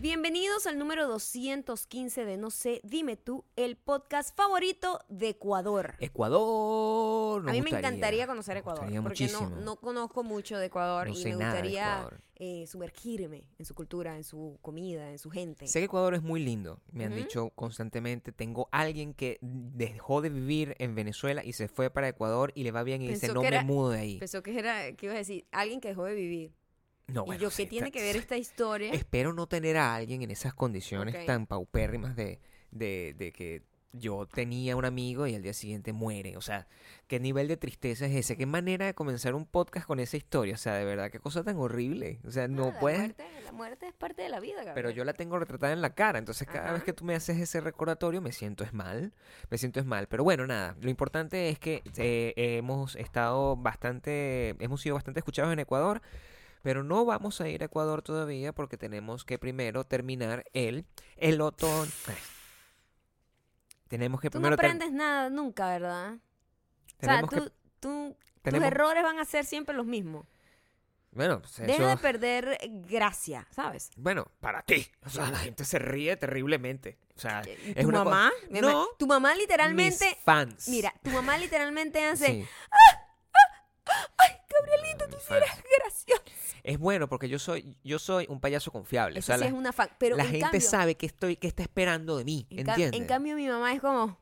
Bienvenidos al número 215 de No sé, dime tú, el podcast favorito de Ecuador. Ecuador. nos a mí me Eh, gustaría. encantaría conocer Nos Ecuador, gustaría porque no, muchísimo. no conozco mucho de Ecuador No y sé me nada de gustaría Ecuador. eh, sumergirme en su cultura, en su comida, en su gente. Sé que Ecuador es muy lindo. Me han Ujú. dicho constantemente. Tengo alguien que dejó de vivir en Venezuela y se fue para Ecuador y le va bien y dice: Pensó No que era- me mudo de ahí. Pensó que era, ¿qué ibas a decir? Alguien que dejó de vivir. No, y bueno, yo, sí, ¿qué tiene está- que ver esta historia? Espero no tener a alguien en esas condiciones Ok. tan paupérrimas de, de, de que yo tenía un amigo y al día siguiente muere. O sea, ¿qué nivel de tristeza es ese? ¿Qué manera de comenzar un podcast con esa historia? O sea, de verdad, qué cosa tan horrible. O sea, no la puedes. Muerte, la muerte es parte de la vida, Gabriel. Pero yo la tengo retratada en la cara, entonces cada Ajá. vez que tú me haces ese recordatorio me siento es mal, me siento es mal. Pero bueno, nada, lo importante es que eh, hemos estado bastante, hemos sido bastante escuchados en Ecuador, pero no vamos a ir a Ecuador todavía porque tenemos que primero terminar el, el otoño. Ay. Tenemos que Tú no primero ter- aprendes nada nunca, ¿verdad? O sea, tenemos tú, que- tú- tus tenemos- errores van a ser siempre los mismos. bueno, pues Deja eso- de perder eh, gracia, ¿sabes? bueno, para ti. O sea, la gente se ríe terriblemente. O sea, ¿Y es Eh, ¿Tu una cosa- mamá? Mi mamá- No, Tu mamá literalmente... mis fans. Mira, tu mamá literalmente hace... Sí. ¡Ah! ¡Ay, Gabrielito, mis tú sí fans. eres gracioso! Es bueno porque yo soy, yo soy un payaso confiable. o Eso sea, sí la, es una fan. Pero la en gente cambio, sabe que estoy, que está esperando de mí. En, cam- en ¿Entiendes? cambio, mi mamá es como...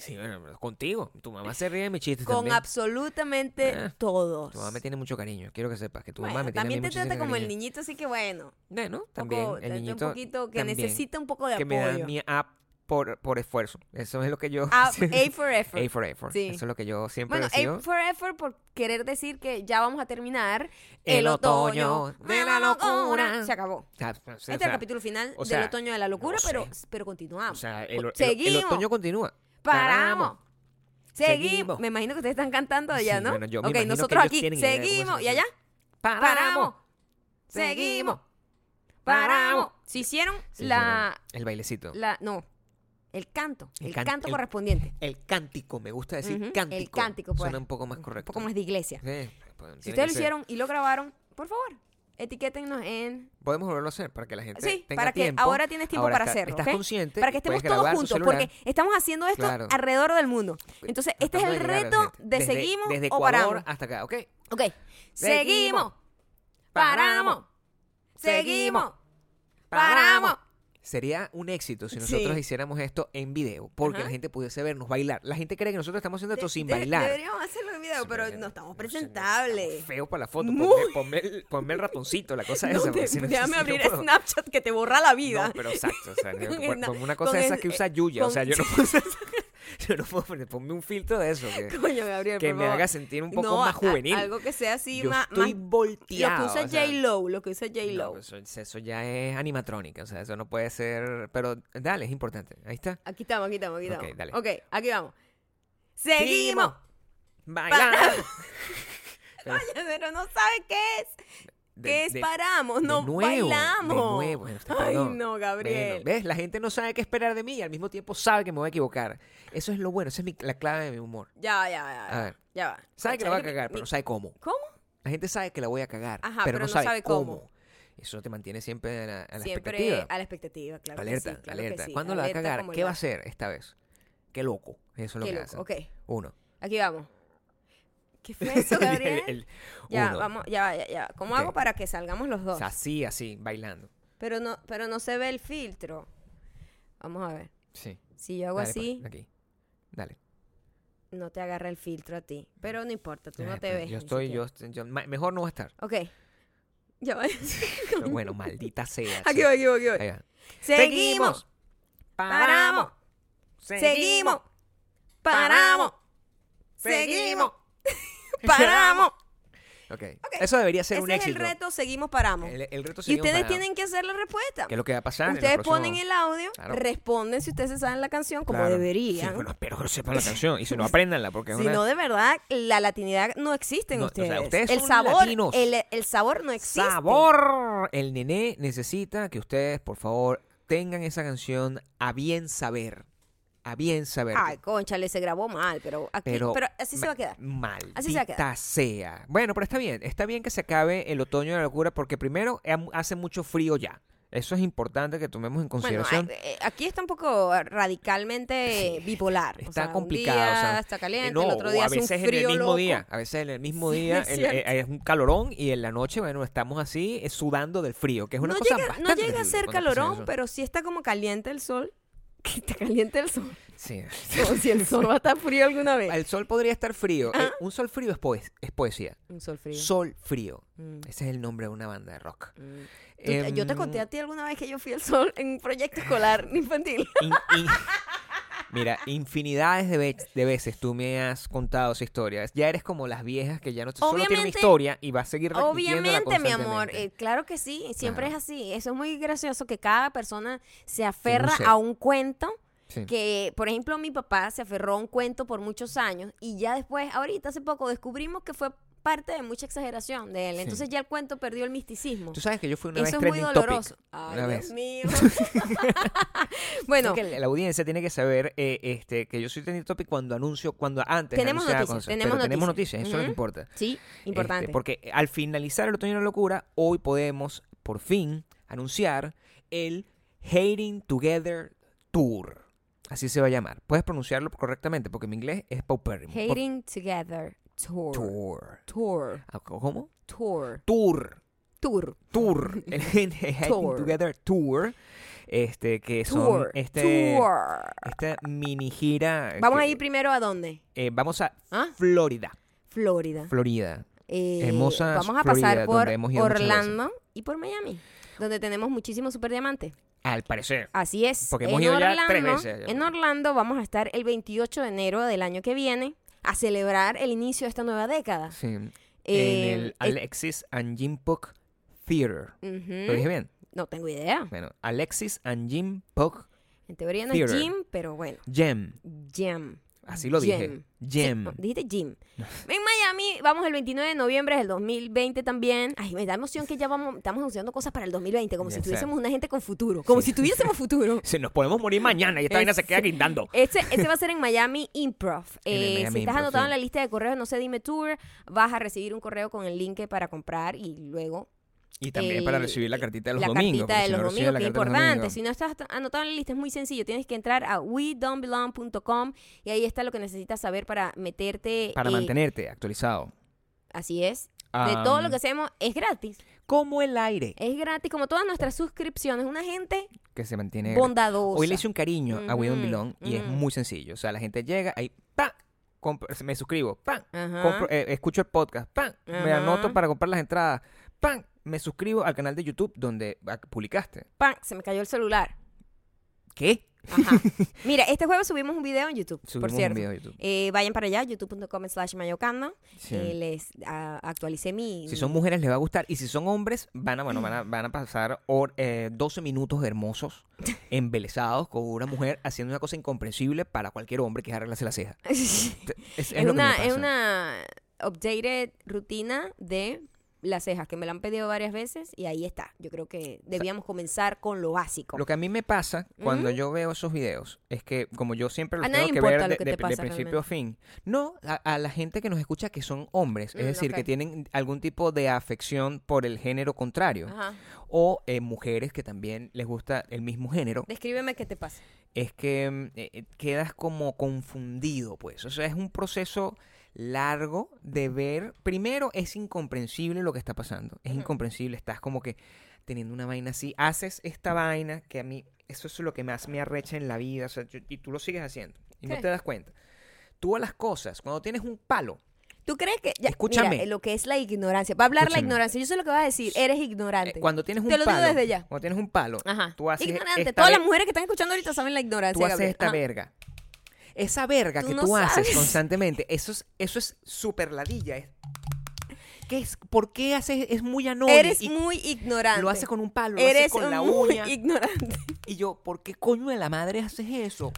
sí, bueno, pero contigo. Tu mamá se ríe de mis chistes. Con también. absolutamente Ah, todos. Tu mamá me tiene mucho cariño. Quiero que sepas que tu Bueno, mamá me tiene también a mí te trata muchísimo como el cariño. niñito, así que bueno. Bueno, también. También, el niñito. un poquito que también, necesita un poco de Que me apoyo. da mi app por, por esfuerzo. Eso es lo que yo. Ah, A for effort. A for effort. Sí. Eso es lo que yo siempre Bueno, decido. A for effort por querer decir que ya vamos a terminar El otoño de la locura. Se acabó. Ah, o sea, Este o es el sea, capítulo final o sea, del otoño de la locura, no pero, sé. pero o continuamos. sea, el, el- el Seguimos. otoño continúa. Paramos. Seguimos. Seguimos. Me imagino que ustedes están cantando allá, Sí, ¿no? bueno, yo me ok, imagino que nosotros ellos aquí. tienen idea de cómo Seguimos. se ¿Y allá? Paramos. Paramos. Seguimos. Paramos. Se hicieron Sí, la, hicieron El bailecito. la. No. El canto. El, El can- canto el- correspondiente. El cántico, me gusta decir Ujú, el cántico. cántico, pues. Suena un poco más Un correcto. poco más de iglesia. Sí, pues, Si tiene ustedes que lo ser. hicieron y lo grabaron, por favor, etiquétennos en. Podemos volverlo a hacer para que la gente Sí, tenga para que tiempo. ahora tienes tiempo Ahora para está- hacerlo. Estás ¿ok? consciente. Para que estemos puedes todos grabar su juntos, celular. porque estamos haciendo esto Claro. alrededor del mundo. Entonces, este es Tratando el de llegar a la reto gente. de Desde- seguimos Desde o Ecuador paramos. hasta acá, ¿ok? Ok. Seguimos. Seguimos. Paramos. Seguimos. Seguimos. Paramos. Sería un éxito si nosotros Sí. hiciéramos esto en video, porque Ajá. la gente pudiese vernos bailar. La gente cree que nosotros estamos haciendo esto sin De- de- bailar. Deberíamos hacerlo en video, Sí, pero marica, no estamos sé, no, presentables. estamos feos para la foto. Muy. Ponme, ponme el, ponme el ratoncito, la cosa No, esa. porque te- si no- si déjame no abrir puedo. Snapchat que te borra la vida. No, pero exacto. O sea, Con pon- el na- ponme una con cosa de esas el- que usa eh, Yuya. O sea, con- yo no puedo usar- Yo no puedo poner. Ponme un filtro de eso. Que, Coño, Gabriel, que por me favor. haga sentir un poco No, más a- juvenil. algo que sea así, yo más, estoy más- volteado. Lo que usa o sea, J-Lo, lo que usa J-Lo. no, pues. eso, eso ya es animatrónica. O sea, eso no puede ser. Pero dale, es importante. Ahí está. Aquí estamos, aquí estamos, aquí Ok, estamos. Ok, dale. aquí vamos. Seguimos. Bailar. Pero no sabe qué es. De- ¿Qué es de- paramos? de No nuevo, bailamos. De nuevo, bueno, usted, Ay, perdón. no, Gabriel. Bueno, ¿Ves? La gente no sabe qué esperar de mí y al mismo tiempo sabe que me voy a equivocar. Eso es lo bueno, esa es mi- la clave de mi humor. Ya va, ya va, ya va. A ver. Ya va. Ah. Sabe que la va voy a cagar, pero no sabe cómo. ¿Cómo? La gente sabe que la voy a cagar, Ajá, pero, no, sabe, cómo. cómo. Eso te mantiene siempre a la, a la Siempre expectativa. a la expectativa, claro. que alerta, sí, claro que alerta. sí, ¿Cuándo la va a alerta cagar? como ¿Qué el va a gato. hacer esta vez? Qué loco. Eso es lo Qué que loco. hace. Ok, Uno. aquí vamos. ¿Qué fue eso, El- el- Gabriel? el- ya, uno. vamos, ya va, ya, ya. va. ¿Cómo Ok. hago para que salgamos los O dos? sea, así, así, bailando. Pero no, pero no se ve el filtro. Vamos a ver. Sí. Si yo hago Dale, pues, así, aquí. Dale. no te agarra el filtro a ti. Pero no importa, tú no Ay, te pero ves. pues, Yo ni estoy, siquiera. yo, estoy- yo- ma- mejor no va a estar. Ok. Ya va. Pero bueno, maldita sea. Aquí sí. voy, aquí voy, aquí voy. Ahí va. Seguimos, paramos, seguimos, paramos, seguimos, paramos. Ok. Eso debería ser Ese un es el éxito. reto, seguimos, paramos. El, el reto Y sería un ustedes parado. tienen que hacer la respuesta. ¿Qué es lo que va a pasar? en los Ustedes próximos- ponen el audio, Claro. responden si ustedes se saben la canción como Claro. deberían. Sí, bueno, espero que lo sepan la canción. Y si no, apréndanla. Porque es Si una... no, de verdad, la latinidad no existe en No, o sea, ustedes. ustedes el son sabor, latinos. el, el sabor no existe. ¡Sabor! El nené necesita que ustedes, por favor, tengan esa canción a bien saber. A bien saber. Ay, conchale, se grabó mal, pero aquí, pero, Pero- así se va a quedar. Mal. Así se va a quedar. sea. Bueno, pero está bien. Está bien que se acabe el otoño de la locura porque primero em- hace mucho frío ya. Eso es importante que tomemos Bueno, en consideración. a- eh, aquí está un poco radicalmente Sí, bipolar. O está sea, un complicado, día o sea, está Eh, caliente, no, el otro o día a hace un veces en frío el mismo loco. día, a veces en el mismo Sí, día es el- cierto. eh, es un calorón y en la noche, bueno, estamos así eh, sudando del frío, que es una no cosa llega, no bastante llega a terrible ser cuando pasa calorón, eso. pero sí está como caliente el sol. Que está caliente el sol. Sí. Como si el sol va a estar frío alguna vez. El sol podría estar frío. Eh, un sol frío es, poes- es poesía. Un sol Ah. frío. Sol frío. Mm, Ese es el nombre de una banda de rock. mm. Tú te- yo te Em, conté a ti alguna vez que yo fui al sol en un proyecto escolar infantil. in- in- mira, infinidades de, ve- de veces tú me has contado esa historia. Ya eres como las viejas que ya no solo tienen una Obviamente- historia y va a seguir repitiéndola Obviamente, mi amor, constantemente. eh, claro que sí, y siempre Claro. es así. Eso es muy gracioso que cada persona se aferra set. a un cuento. Sí. Que, por ejemplo, mi papá se aferró a un cuento por muchos años y ya después, ahorita hace poco, descubrimos que fue parte de mucha exageración de él. Sí. Entonces ya el cuento perdió el misticismo. Tú sabes que yo fui una Eso es vez muy trending topic. doloroso. Ay, Dios Una vez. mío. bueno, Creo que la audiencia tiene que saber eh, este, que yo soy trending topic cuando anuncio, cuando antes de Tenemos anunciar noticias, cosas. Pero tenemos tenemos noticias. noticias, eso es lo Ujú. que importa. sí, Este, importante. porque al finalizar el otoño de la locura, hoy podemos por fin anunciar el Hating Together Tour. Así se va a llamar. Puedes pronunciarlo correctamente porque mi inglés es paupérrimo. Por- Hating Together Tour. Tour. Tour. Ah, ¿Cómo? Tour. Tour. Tour. Tour. El Hating Tour. Together Tour. Este, que son Tour. este, Tour. esta mini gira. Vamos que, a ir primero a dónde? eh, vamos a ¿Ah? Florida. Florida. Florida. Eh, Hermosa Vamos a Florida, pasar por donde hemos ido muchas veces. Orlando y por Miami, donde tenemos muchísimos super diamantes. Al parecer. Así es. Porque hemos ido ya tres veces. En Orlando vamos a estar el 28 de enero del año que viene a celebrar el inicio de esta nueva década. Sí. Eh, en el eh, Alexis and Jim Puck Theater. ¿Lo ujú, dije bien? No tengo idea. Bueno, Alexis and Jim Puck En teoría no es Theater. gym, pero bueno, Gem. gem. Así lo dije. Sí, Gem. no, oh, dijiste gym. En Miami vamos el 29 de noviembre del 2020 también. Ay, me da emoción que ya vamos, estamos anunciando cosas para el 2020, como Ya si sé. tuviésemos una gente con futuro, como si tuviésemos futuro. Se nos podemos morir mañana y esta vaina se queda guindando. Este, este va a ser en Miami Improv. En el Eh, si Miami estás Improv, anotado sí. en la lista de correos, no sé, dime tour, vas a recibir un correo con el link para comprar y luego Y también para el- recibir la cartita de los la cartita domingos. porque de si los no recibes domingos, la que es carta de los importante. domingos- Si no estás anotado en la lista, es muy sencillo. Tienes que entrar a wedon'tbelong.com y ahí está lo que necesitas saber para meterte. Para eh, mantenerte actualizado. Así es. De todo lo Am, que hacemos es gratis. Como el aire. Es gratis, como todas nuestras suscripciones. Una gente Que se mantiene. bondadosa. Hoy le hice un cariño a We Don't Ujú, Belong y es ujú. muy sencillo. O sea, la gente llega ahí, ¡pam! Compro- me suscribo, ¡pam! Ajá. compro- eh, escucho el podcast, ¡pam! Me Ah. Ajá. anoto para comprar las entradas, ¡pam! Me suscribo al canal de YouTube donde ah, publicaste. ¡Pam! Se me cayó el celular. ¿Qué? Ajá. Mira, este jueves subimos un video en YouTube, por Subimos un cierto. video de YouTube. Eh, vayan para allá, youtube.com slash mayocando. Sí. Eh, les a- actualicé mi... Si son mujeres les va a gustar y si son hombres van a, bueno, van a, van a pasar hor- eh, 12 minutos hermosos, embelesados con una mujer haciendo una cosa incomprensible para cualquier hombre que es arreglarse la ceja. es, Es, es lo que me una, es pasa. una updated rutina de las cejas, que me la han pedido varias veces y ahí está. Yo creo que debíamos comenzar con lo básico. Lo que a mí me pasa cuando yo veo esos videos es que, como yo siempre A los nadie tengo que importa ver lo de, que de- te de pasa principio a fin, no a, a la gente que nos escucha que son hombres, es Mm, decir, que ok. tienen algún tipo de afección por el género contrario, Ajá. o eh, mujeres que también les gusta el mismo género, Descríbeme qué te pasa. es que mm, eh, eh, quedas como confundido, pues. O sea, es un proceso largo de ver. Primero, es incomprensible lo que está pasando. Es Ujú. incomprensible. Estás como que teniendo una vaina así. Haces esta vaina que a mí, eso es lo que más me arrecha en la vida. O sea, yo- y tú lo sigues haciendo. Y no ¿Qué? te das cuenta. Tú a las cosas, cuando tienes un palo, eh, ¿Tú crees que... ya, Escúchame. mira, eh, lo que es la ignorancia. Va a hablar la Escúchame. ignorancia. Yo sé lo que vas a decir. Eres eh, ignorante. cuando tienes un Te lo digo palo, desde ya. cuando tienes un palo, Ajá. tú haces ignorante. esta Todas ve- las mujeres que están escuchando ahorita saben la ignorancia, tú haces Gabriel. esta Ajá. verga. Esa verga Tú que no tú sabes. haces constantemente, eso es, eso es super ladilla. Es, ¿qué es, ¿Por qué haces? Es muy anónimo. Eres muy ignorante. Lo haces con un palo, lo haces Eres con la muy uña. ignorante. Y yo, ¿por qué coño de la madre haces eso?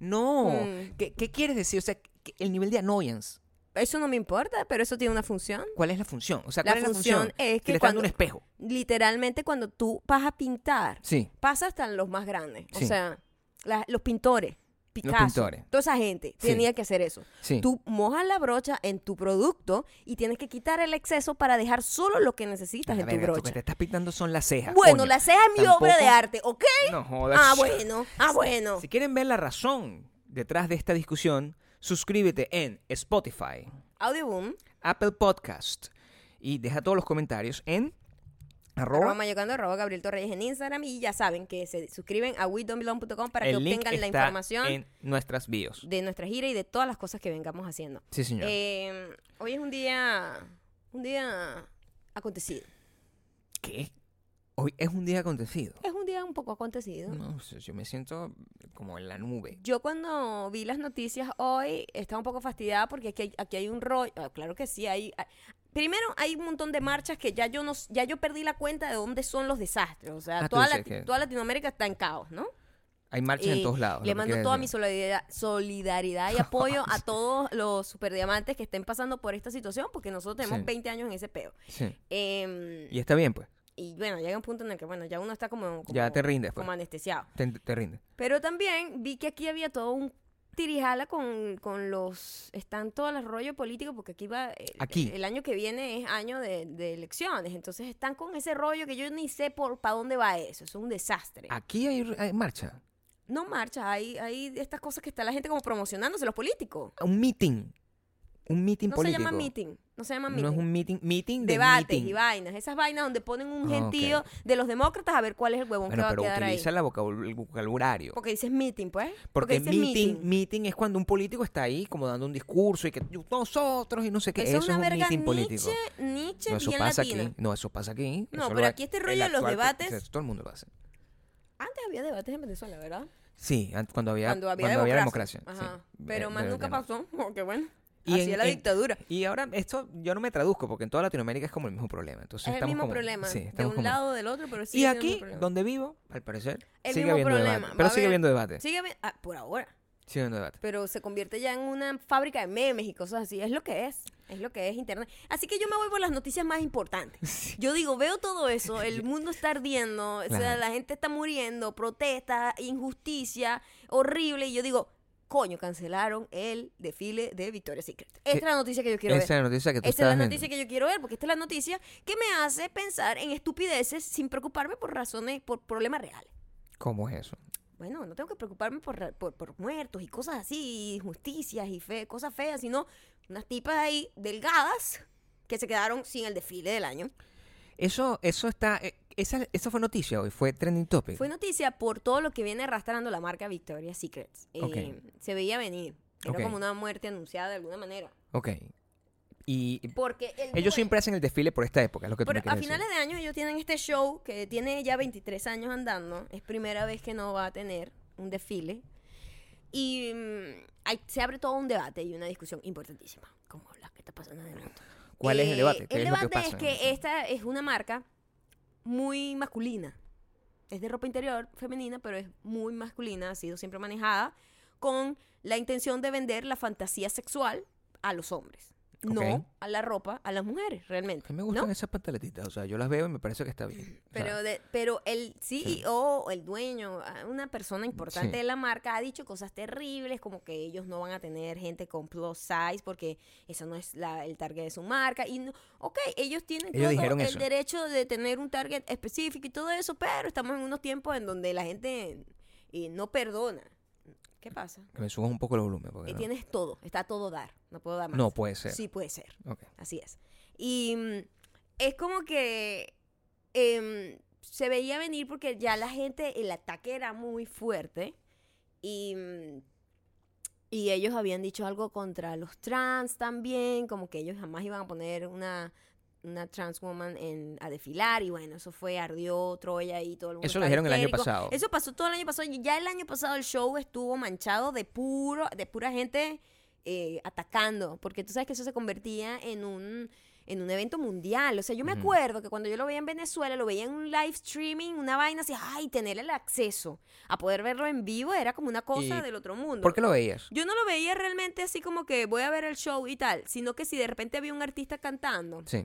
No. Mm. ¿Qué, qué quieres decir? O sea, que- el nivel de annoyance. Eso no me importa, pero eso tiene una función. ¿Cuál es la función? O sea, La ¿cuál es la función? función es que le está cuando- dando un espejo. Literalmente, cuando tú vas a pintar, Sí. pasa hasta en los más grandes. O Sí. sea, la- los pintores. Picasso, pintores. toda esa gente Sí. tenía que hacer eso. Sí. Tú mojas la brocha en tu producto y tienes que quitar el exceso para dejar solo lo que necesitas La en tu verga, Lo que te brocha. estás pintando son las cejas. Bueno, coño. la ceja es mi obra de Tampoco- arte, ¿ok? No jodas. Ah, bueno, ah, bueno. Si quieren ver la razón detrás de esta discusión, suscríbete en Spotify, Audioboom, Apple Podcast y deja todos los comentarios en arroba arroba. mayocando, arroba Gabriel Torreyes en Instagram y ya saben que se suscriben a WeDon'tBelong.com para que El link obtengan la está información en nuestras bios. de nuestra gira y de todas las cosas que vengamos haciendo. Sí, señor. Eh, hoy es un día, un día acontecido. ¿Qué? Hoy es un día acontecido. Es un día un poco acontecido. No, sé, yo me siento como en la nube. Yo cuando vi las noticias hoy estaba un poco fastidiada porque aquí hay, aquí hay un rollo. ah, claro que sí, hay, hay- Primero hay un montón de marchas que ya yo no, s- ya yo perdí la cuenta de dónde son los desastres. O sea, Ah, tú toda, dices Lati- que- toda Latinoamérica está en caos, ¿no? Hay marchas Eh, en todos lados. Le lo que mando quiero toda mi decir. solidaridad, solidaridad y apoyo a todos los superdiamantes que estén pasando por esta situación porque nosotros tenemos Sí. 20 años en ese peo. Sí. Em, Y está bien, pues. y bueno, llega un punto en el que, bueno, ya uno está como, como- Ya te rindes, pues. como anestesiado. Te, te rindes. Pero también vi que aquí había todo un tirijala con, con los... Están todos los rollos políticos porque aquí va... El, Aquí. El año que viene es año de, de elecciones. Entonces están con ese rollo que yo ni sé por para dónde va eso. Es un desastre. Aquí hay, hay marcha. No marcha. Hay, hay estas cosas que está la gente como promocionándose, los políticos. Un meeting. Un meeting No político. se llama meeting. No se llama meeting. No es un meeting. Meeting de Debates meeting. y vainas. Esas vainas donde ponen un Ah, ok. gentío de los demócratas a ver cuál es el huevón Bueno, que va pero a quedar ahí. utiliza la vocabul- el vocabulario. Porque dices meeting, pues. Porque dices meeting, meeting, es cuando un político está ahí como dando un discurso y que "Yo- nosotros y no sé qué. Eso, Eso, es una un verga meeting político. Nietzsche, Nietzsche No, eso bien pasa latina. aquí. No, eso pasa aquí. No, Eso lo pero ha- aquí este el rollo de los actual- debates- o sea, Todo el mundo lo hace. Antes había debates en Venezuela, ¿verdad? Sí, an- cuando había, cuando había democracia. Ajá. sí. Pero Eh, más de- nunca de- pasó, porque bueno, Y así en- es la en- dictadura. Y ahora esto yo no me traduzco porque en toda Latinoamérica es como el mismo problema. Entonces Es el estamos mismo como- problema, sí, de estamos un como- lado o del otro, pero sí y aquí, donde donde vivo, al parecer, El sigue mismo habiendo problema, debate. va a Pero sigue haber- habiendo debate. sigue habi- ah, por ahora, Sigue habiendo debate. pero se convierte ya en una fábrica de memes y cosas así, es lo que es, es lo que es internet. Así que yo me voy por las noticias más importantes. Yo digo, veo todo eso, el mundo está ardiendo, o sea, Claro. la gente está muriendo, protesta, injusticia, horrible, y yo digo, coño, cancelaron el desfile de Victoria's Secret. Esta es la noticia que yo quiero Eh, Esa ver. es la noticia que tú Esa es estabas la viendo. noticia que yo quiero ver, porque esta es la noticia que me hace pensar en estupideces sin preocuparme por razones, por problemas reales. ¿Cómo es eso? Bueno, no tengo que preocuparme por, ra- por, por muertos y cosas así, y justicias y fe, cosas feas, sino unas tipas ahí delgadas que se quedaron sin el desfile del año. Eso, eso está. eh, Esa, eso fue noticia hoy, fue trending topic. Fue noticia por todo lo que viene arrastrando la marca Victoria's Secret. Eh, Ok. Se veía venir. Era Ok. como una muerte anunciada de alguna manera. Ok. Y Porque el ellos dueño- siempre hacen el desfile por esta época, es lo que tú Pero me a quieres decir. finales de año ellos tienen este show que tiene ya 23 años andando. Es primera vez que no va a tener un desfile. Y mm, ahí se abre todo un debate y una discusión importantísima. Como la que está pasando en el mundo. ¿Cuál es Eh, el debate? ¿Qué el es debate lo que pasa? es que esta es una marca muy masculina. Es de ropa interior femenina, pero es muy masculina. Ha sido siempre manejada con la intención de vender la fantasía sexual a los hombres. Ok. No a la ropa, a las mujeres, realmente. A mí me ¿no? gustan esas pantaletitas, o sea, yo las veo y me parece que está bien. O sea, Pero, de- pero el CEO, o el dueño, a- una persona importante Sí. de la marca ha dicho cosas terribles, como que ellos no van a tener gente con plus size porque eso no es la- el target de su marca. Y no, ok, ellos tienen Ellos todo dijeron el eso. derecho de tener un target específico y todo eso, pero estamos en unos tiempos en donde la gente eh, no perdona. ¿Qué pasa? que me subas un poco el volumen. Porque Y no. tienes todo, está todo dar, no puedo dar más. no puede ser. Sí puede ser. Ok. Así es. Y mm, es como que em, se veía venir porque ya la gente, el ataque era muy fuerte y, mm, y ellos habían dicho algo contra los trans también, como que ellos jamás iban a poner una, una trans woman en, a desfilar y bueno, eso fue, ardió Troya y todo el mundo. Eso lo estaba dijeron el año histérico. pasado. Eso pasó todo el año pasado y ya el año pasado el show estuvo manchado de, puro, de pura gente eh, atacando, porque tú sabes que eso se convertía en un, en un evento mundial. O sea, yo me Ujú. acuerdo que cuando yo lo veía en Venezuela, lo veía en un live streaming, una vaina así, ay, tener el acceso a poder verlo en vivo era como una cosa Y- del otro mundo. ¿Por qué lo veías? Yo no lo veía realmente así como que voy a ver el show y tal, sino que si de repente había un artista cantando Sí.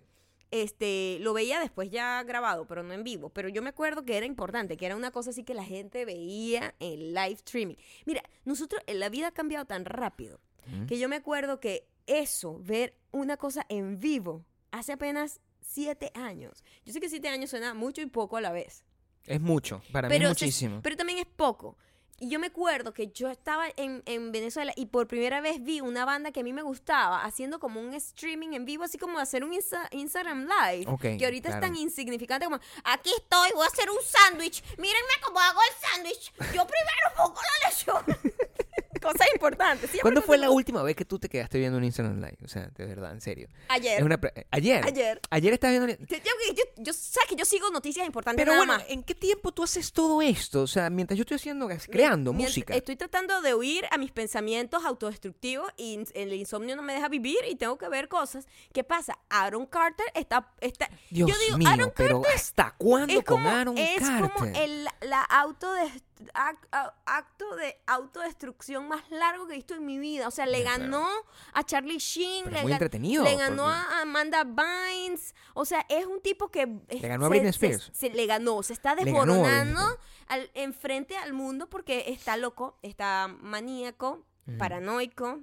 este, lo veía después ya grabado, pero no en vivo. Pero yo me acuerdo que era importante, que era una cosa así que la gente veía en live streaming. Mira, nosotros, eh, la vida ha cambiado tan rápido Ujú. que yo me acuerdo que eso, ver una cosa en vivo, hace apenas siete años. Yo sé que siete años suena mucho y poco a la vez. Es mucho, para mí es pero, se- muchísimo. pero también es poco. Y yo me acuerdo que yo estaba en, en Venezuela y por primera vez vi una banda que a mí me gustaba haciendo como un streaming en vivo, así como hacer un Insta- Instagram Live. Ok, que ahorita claro. es tan insignificante como, aquí estoy, voy a hacer un sándwich. Mírenme cómo hago el sándwich. Yo primero pongo la leche. Cosas importantes. Siempre ¿Cuándo fue cosas- la última vez que tú te quedaste viendo un Instagram Live? O sea, de verdad, en serio. Ayer. Es una pre- ¿Ayer? Ayer. Ayer estabas viendo... un- Yo, yo- yo- yo- sabes que yo sigo noticias importantes Pero nada bueno, más. ¿en qué tiempo tú haces todo esto? O sea, mientras yo estoy haciendo, creando Mien- música. Estoy tratando de huir a mis pensamientos autodestructivos y ins- el insomnio no me deja vivir y tengo que ver cosas. ¿Qué pasa? Aaron Carter está... está Dios yo digo, mío, Aaron pero Carter ¿hasta cuándo pues. es como, con Aaron es Carter? como el la autodest- ac- au- acto de autodestrucción más largo que he visto en mi vida. O sea, le Bueno, pero- ganó a Charlie Sheen, pero le, es muy gan- entretenido, le ganó porque- a Amanda Bynes. O sea, es un tipo que... Le ganó a Britney Spears. Se, le ganó, se está Le ganó a Britney desmoronando al, enfrente al mundo porque está loco, está maníaco, paranoico.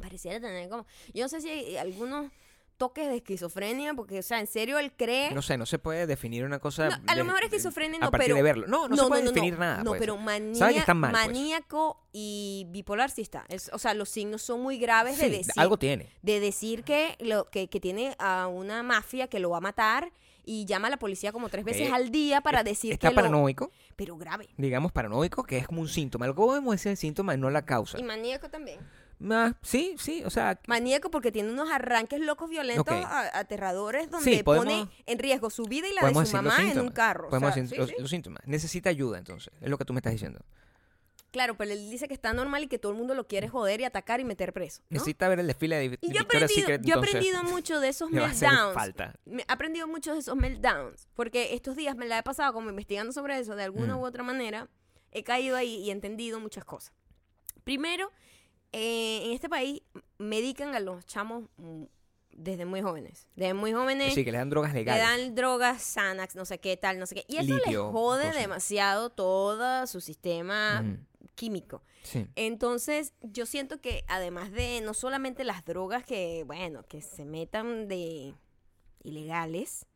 Pareciera tener como... Yo no sé si hay algunos toques de esquizofrenia, porque, o sea, en serio, él cree... No sé, no se puede definir una cosa. No, a de- lo mejor de- esquizofrenia a no, partir pero. de verlo. No, no, se puede definir no. nada. No, pues. pero Sabe que manía- están mal, pues. maníaco y bipolar sí está. Es- o sea, los signos son muy graves Sí, de decir. algo tiene. de decir que, lo, que, que tiene a una mafia que lo va a matar y llama a la policía como tres veces Eh, al día para decir Está que lo- paranoico, Pero grave. digamos paranoico, que es como un síntoma. Algo podemos decir el síntoma, no la causa. Y maníaco también. Ah, sí, sí, o sea, Maníaco porque tiene unos arranques locos violentos Ok. a- aterradores donde Sí, podemos- pone en riesgo su vida y la de podemos su decir los mamá en síntomas. un carro. O Podemos sea, decir sí, los, sí. los síntomas. Necesita ayuda, entonces. Es lo que tú me estás diciendo. Claro, pero él dice que está normal y que todo el mundo lo quiere joder y atacar y meter preso. ¿no? Necesita ver el desfile de, de Y yo he Victoria's aprendido, Secret. yo he entonces, aprendido mucho de esos le va a hacer meltdowns. falta. Me- He aprendido mucho de esos meltdowns. Porque estos días me la he pasado como investigando sobre eso de alguna Mm. u otra manera. He caído ahí y he entendido muchas cosas. Primero, eh, en este país m- medican a los chamos mm, desde muy jóvenes. Desde muy jóvenes Sí, que le dan drogas le legales. dan drogas, Xanax, no sé qué tal, no sé qué. Y eso les Litio, jode cosas. Mm. demasiado todo su sistema Ujú. químico. Sí. Entonces, yo siento que además de no solamente las drogas que, bueno, que se metan de ilegales,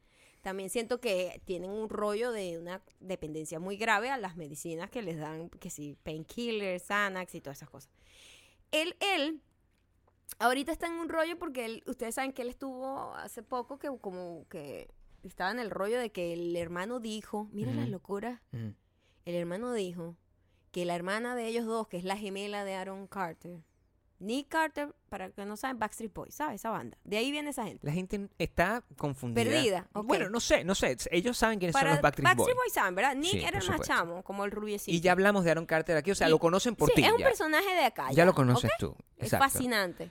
también siento que tienen un rollo de una dependencia muy grave a las medicinas que les dan, que sí, painkillers, Xanax y todas esas cosas. Él, él, ahorita está en un rollo porque él, ustedes saben que él estuvo hace poco que como que estaba en el rollo de que el hermano dijo, mira las Ujú. locuras Ujú. el hermano dijo que la hermana de ellos dos, que es la gemela de Aaron Carter, Nick Carter, para que no saben, Backstreet Boys, ¿sabes? Esa banda. De ahí viene esa gente. La gente está confundida. Perdida, ok. Bueno, no sé, no sé. Ellos saben quiénes son Para los Backstreet, Boys. saben, ¿verdad? Nick Sí, era por el más supuesto. chamo, como el rubiecito. Y ya hablamos de Aaron Carter aquí, o sea, Y- lo conocen por sí, ti. es un ya. personaje de acá. Ya lo conoces ¿ok? tú. Es Exacto. fascinante.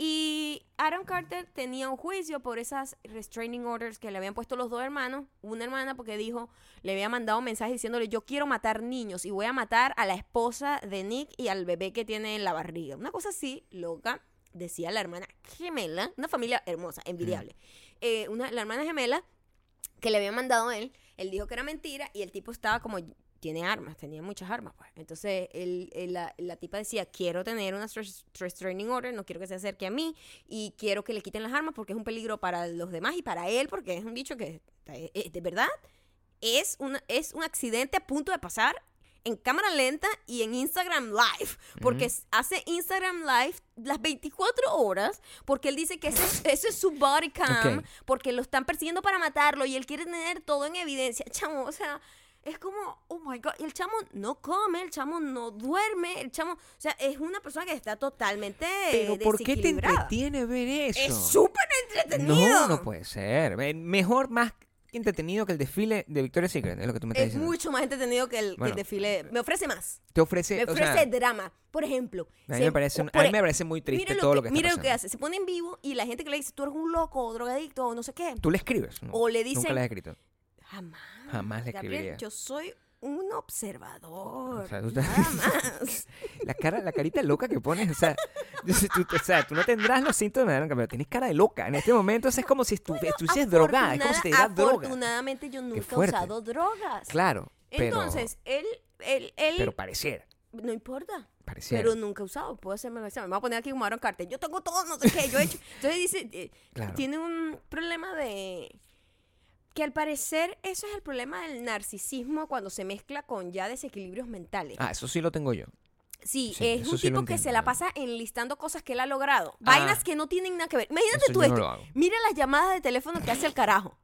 Y Aaron Carter tenía un juicio por esas restraining orders que le habían puesto los dos hermanos. Una hermana porque dijo, le había mandado un mensaje diciéndole, yo quiero matar niños y voy a matar a la esposa de Nick y al bebé que tiene en la barriga. Una cosa así, loca, decía la hermana gemela, una familia hermosa, envidiable. Eh, una, la hermana gemela que le había mandado él, él dijo que era mentira y el tipo estaba como, tiene armas, tenía muchas armas, pues. Entonces él- él- la, la tipa decía, quiero tener una stres- restraining order, no quiero que se acerque a mí y quiero que le quiten las armas porque es un peligro para los demás y para él porque es un bicho que, eh, eh, de verdad, es, una, es un accidente a punto de pasar en cámara lenta y en Instagram Live, porque s- hace Instagram Live las 24 horas, porque él dice que ese es, ese es su body cam, Ok. porque lo están persiguiendo para matarlo y él quiere tener todo en evidencia, chamo, o sea, es como, oh my god, y el chamo no come, el chamo no duerme, el chamo, o sea, es una persona que está totalmente Pero ¿por qué te desequilibrada. entretiene ver eso? Es súper entretenido. No, no puede ser. Eh, Mejor más que entretenido que el desfile de Victoria's Secret, es lo que tú me estás Es diciendo. mucho más entretenido que el, que el Bueno. desfile. Me ofrece más. Te ofrece, Me o ofrece sea, drama. Por ejemplo. a mí se- me parece, un- a por mí e- me parece muy triste mira todo lo que, está Mira lo pasando. que hace. Se pone en vivo y la gente que le dice, tú eres un loco, o drogadicto, o no sé qué. Tú le escribes. ¿no? O le Nunca dicen- le has escrito. Jamás. Jamás le Gabriel, escribiría. yo soy un observador. O sea, tú nada más. La cara, la carita loca que pones, o sea, tú, o sea, tú no tendrás los síntomas de la pero tienes cara de loca. En este momento, o sea, es como si estu- estuvieses drogada, es como si te Afortunada- dieras droga. Afortunadamente yo nunca he fuerte. usado drogas. Claro, pero, Entonces, él, él, él, pero pareciera, no importa. pareciera. Pero nunca he usado, puedo hacerme el examen. Me voy a poner aquí como Aaron Carter. Yo tengo todo, no sé qué, yo he hecho. Entonces dice, eh, Claro. tiene un problema de... Que al parecer eso es el problema del narcisismo cuando se mezcla con ya desequilibrios mentales. Ah, eso sí lo tengo yo. sí, sí, es eso un sí lo tipo que se entiendo. Ah. la pasa enlistando cosas que él ha logrado. Vainas que no tienen nada que ver. Imagínate Eso tú yo no esto. lo hago. Mira las llamadas de teléfono que hace el carajo.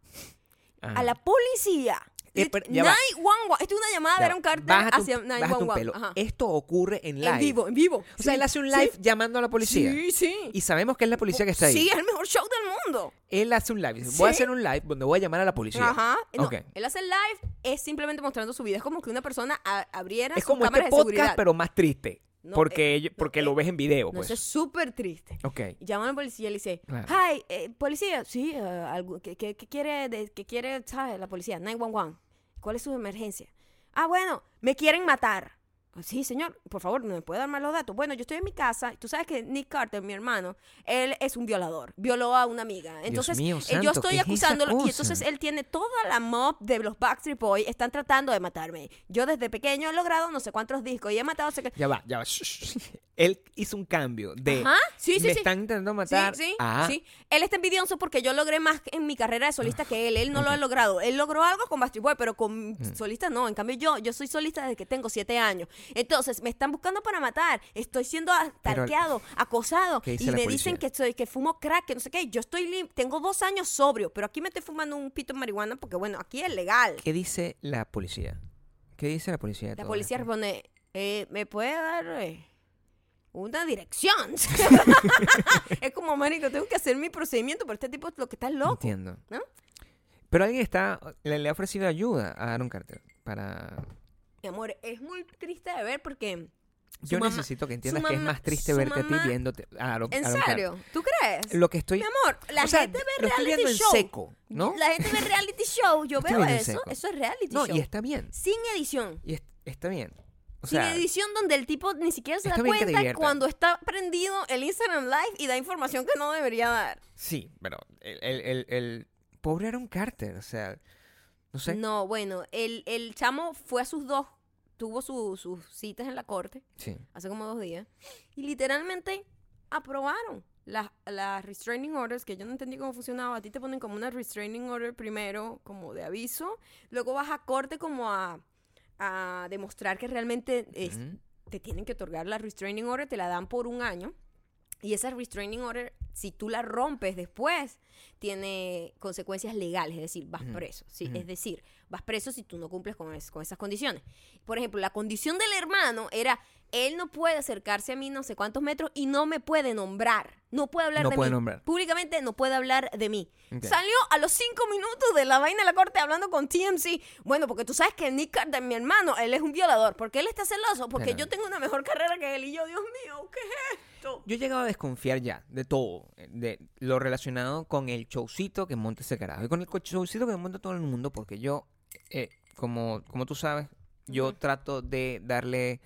Ajá. A la policía. Ah. Eh, pero ya va. 911. Esto es una llamada de Ya, Aaron Carter bájate un- hacia bájate un pelo. 911. Ajá. Esto ocurre en live. En vivo, en vivo. O sea, él hace un sí. live llamando a la policía. Sí, sí. Y sabemos que es la policía que está ahí. Sí, es el mejor show del mundo. Él hace un live. Dice, Sí. Voy a hacer un live donde voy a llamar a la policía. Ajá. No, Ok. Él hace el live, es simplemente mostrando su vida. Es como que una persona a- abriera Es su como cámara este de seguridad. podcast, pero más triste. No, porque eh, ello- no, porque eh, lo ves en video, No, pues. eso es súper triste. Ok. Y Llama a la policía y le dice, Claro. hi, eh, policía, sí, eh, algo- ¿qué, qué- qué quiere, de- qué quiere, sabe, la policía? 911. ¿Cuál es su emergencia? Ah, bueno, me quieren matar. "Ah, Sí, señor, por favor, ¿me puede dar más los datos? Bueno, yo estoy en mi casa. Tú sabes que Nick Carter, mi hermano, él es un violador. Violó a una amiga. Entonces, mío, eh, yo santo, estoy ¿qué es esa acusándolo. y cosa? entonces él tiene toda la mob de los Backstreet Boys. Están tratando de matarme. Yo desde pequeño he logrado no sé cuántos discos y he matado... sé qué- Ya va, ya va. Shh, shh, shh. Él hizo un cambio de. Ajá, ¿Ah? sí, sí, Eh, me sí. están intentando Sí, matar. Ah. sí, a- sí. Él está envidioso porque yo logré más en mi carrera de solista que él. Él no lo ha logrado. Él logró algo con Bastard Boy, pero con Mm. solista no. En cambio, yo, yo soy solista desde que tengo siete años. Entonces, me están buscando para matar. Estoy siendo atalqueado, acosado. ¿Qué dice Y la me policía? dicen que soy, que fumo crack, que no sé qué. Yo estoy lim- tengo dos años sobrio, pero aquí me estoy fumando un pito de marihuana porque, bueno, aquí es legal. ¿Qué dice la policía? ¿Qué dice la policía? de La todo policía esto? responde, eh, ¿me puede dar eh, una dirección? es como, marico, tengo que hacer mi procedimiento, pero este tipo es lo que está loco. Entiendo. ¿no? Pero alguien está. Le, le ha ofrecido ayuda a Aaron Carter para. Mi amor, es muy triste de ver porque... su Yo mamá- necesito que su entiendas que es mamá- más triste su verte a mamá- ti viéndote a Aaron, ¿En Aaron Carter. serio? ¿Tú crees? Lo que estoy. Mi amor, la o sea, gente ve lo estoy reality viendo en show. seco, ¿no? La gente ve reality show. Yo Estoy veo viendo en eso. seco. Eso es reality No, show. y está bien. Sin edición. Y es- está bien. O Sin sea, edición donde el tipo ni siquiera se da está bien que te cuenta divierta. cuando está prendido el Instagram Live y da información que no debería dar. sí, pero el, el, el, el pobre Aaron Carter, o sea, no sé. No, bueno, el, el chamo fue a sus dos, tuvo su- sus citas en la corte Sí. hace como dos días y literalmente aprobaron las, las restraining orders, que yo no entendí cómo funcionaba. A ti te ponen como una restraining order primero, como de aviso, luego vas a corte como a, a demostrar que realmente es- Ujú. te tienen que otorgar la restraining order, te la dan por un año. Y esa restraining order, si tú la rompes después, tiene consecuencias legales, es decir, vas preso. ¿sí? Es decir, vas preso si tú no cumples con, es- con esas condiciones. Por ejemplo, la condición del hermano era, él no puede acercarse a mí no sé cuántos metros y no me puede nombrar. No puede hablar No de puede mí. nombrar. Públicamente no puede hablar de mí. Ok. Salió a los cinco minutos de la vaina de la corte hablando con TMC. Bueno, porque tú sabes que Nick Carter, mi hermano, él es un violador. ¿Por qué él está celoso? Porque Claro. yo tengo una mejor carrera que él. Y yo, Dios mío, ¿qué es esto? Yo he llegado a desconfiar ya de todo, eh, de lo relacionado con el showcito que monta ese carajo y con el co- showcito que monta todo el mundo, porque yo, eh, como, como tú sabes, yo trato de darle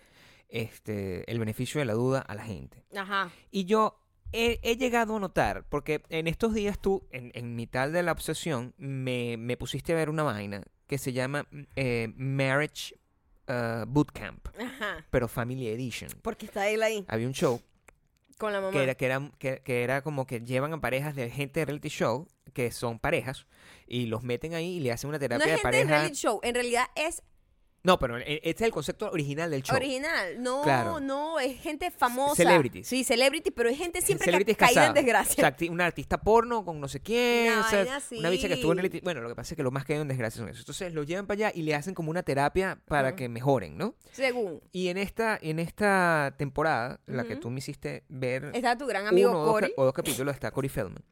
este, el beneficio de la duda a la gente. Ajá. Y yo he, he llegado a notar, porque en estos días tú, en, en mitad de la obsesión, me, me pusiste a ver una vaina que se llama eh, Marriage eh, Bootcamp, Ajá. pero Family Edition. Porque está él ahí, Había un show con la mamá. que era, que, era, que, que era como que llevan a parejas de gente de reality show, que son parejas, y los meten ahí y le hacen una no terapia es de gente de pareja. reality show, en realidad es No, pero eh, este es el concepto original del show. original. No, Claro. no, es gente famosa. Celebrities. Sí, celebrity, pero es gente siempre ca- Celebrities caída en casadas. desgracia. O sea, acti- una artista porno con no sé quién. Una o sea, vaina Una bicha que estuvo en así. reality. Bueno, lo que pasa es que lo más que hay en desgracia son eso. Entonces lo llevan para allá y le hacen como una terapia para Ujú. que mejoren, ¿no? Según. Y en esta, en esta temporada, la que Ujú. tú me hiciste ver Está tu gran amigo Eh, uno o dos oh, ca- Cory. o dos capítulos, está Cory Feldman.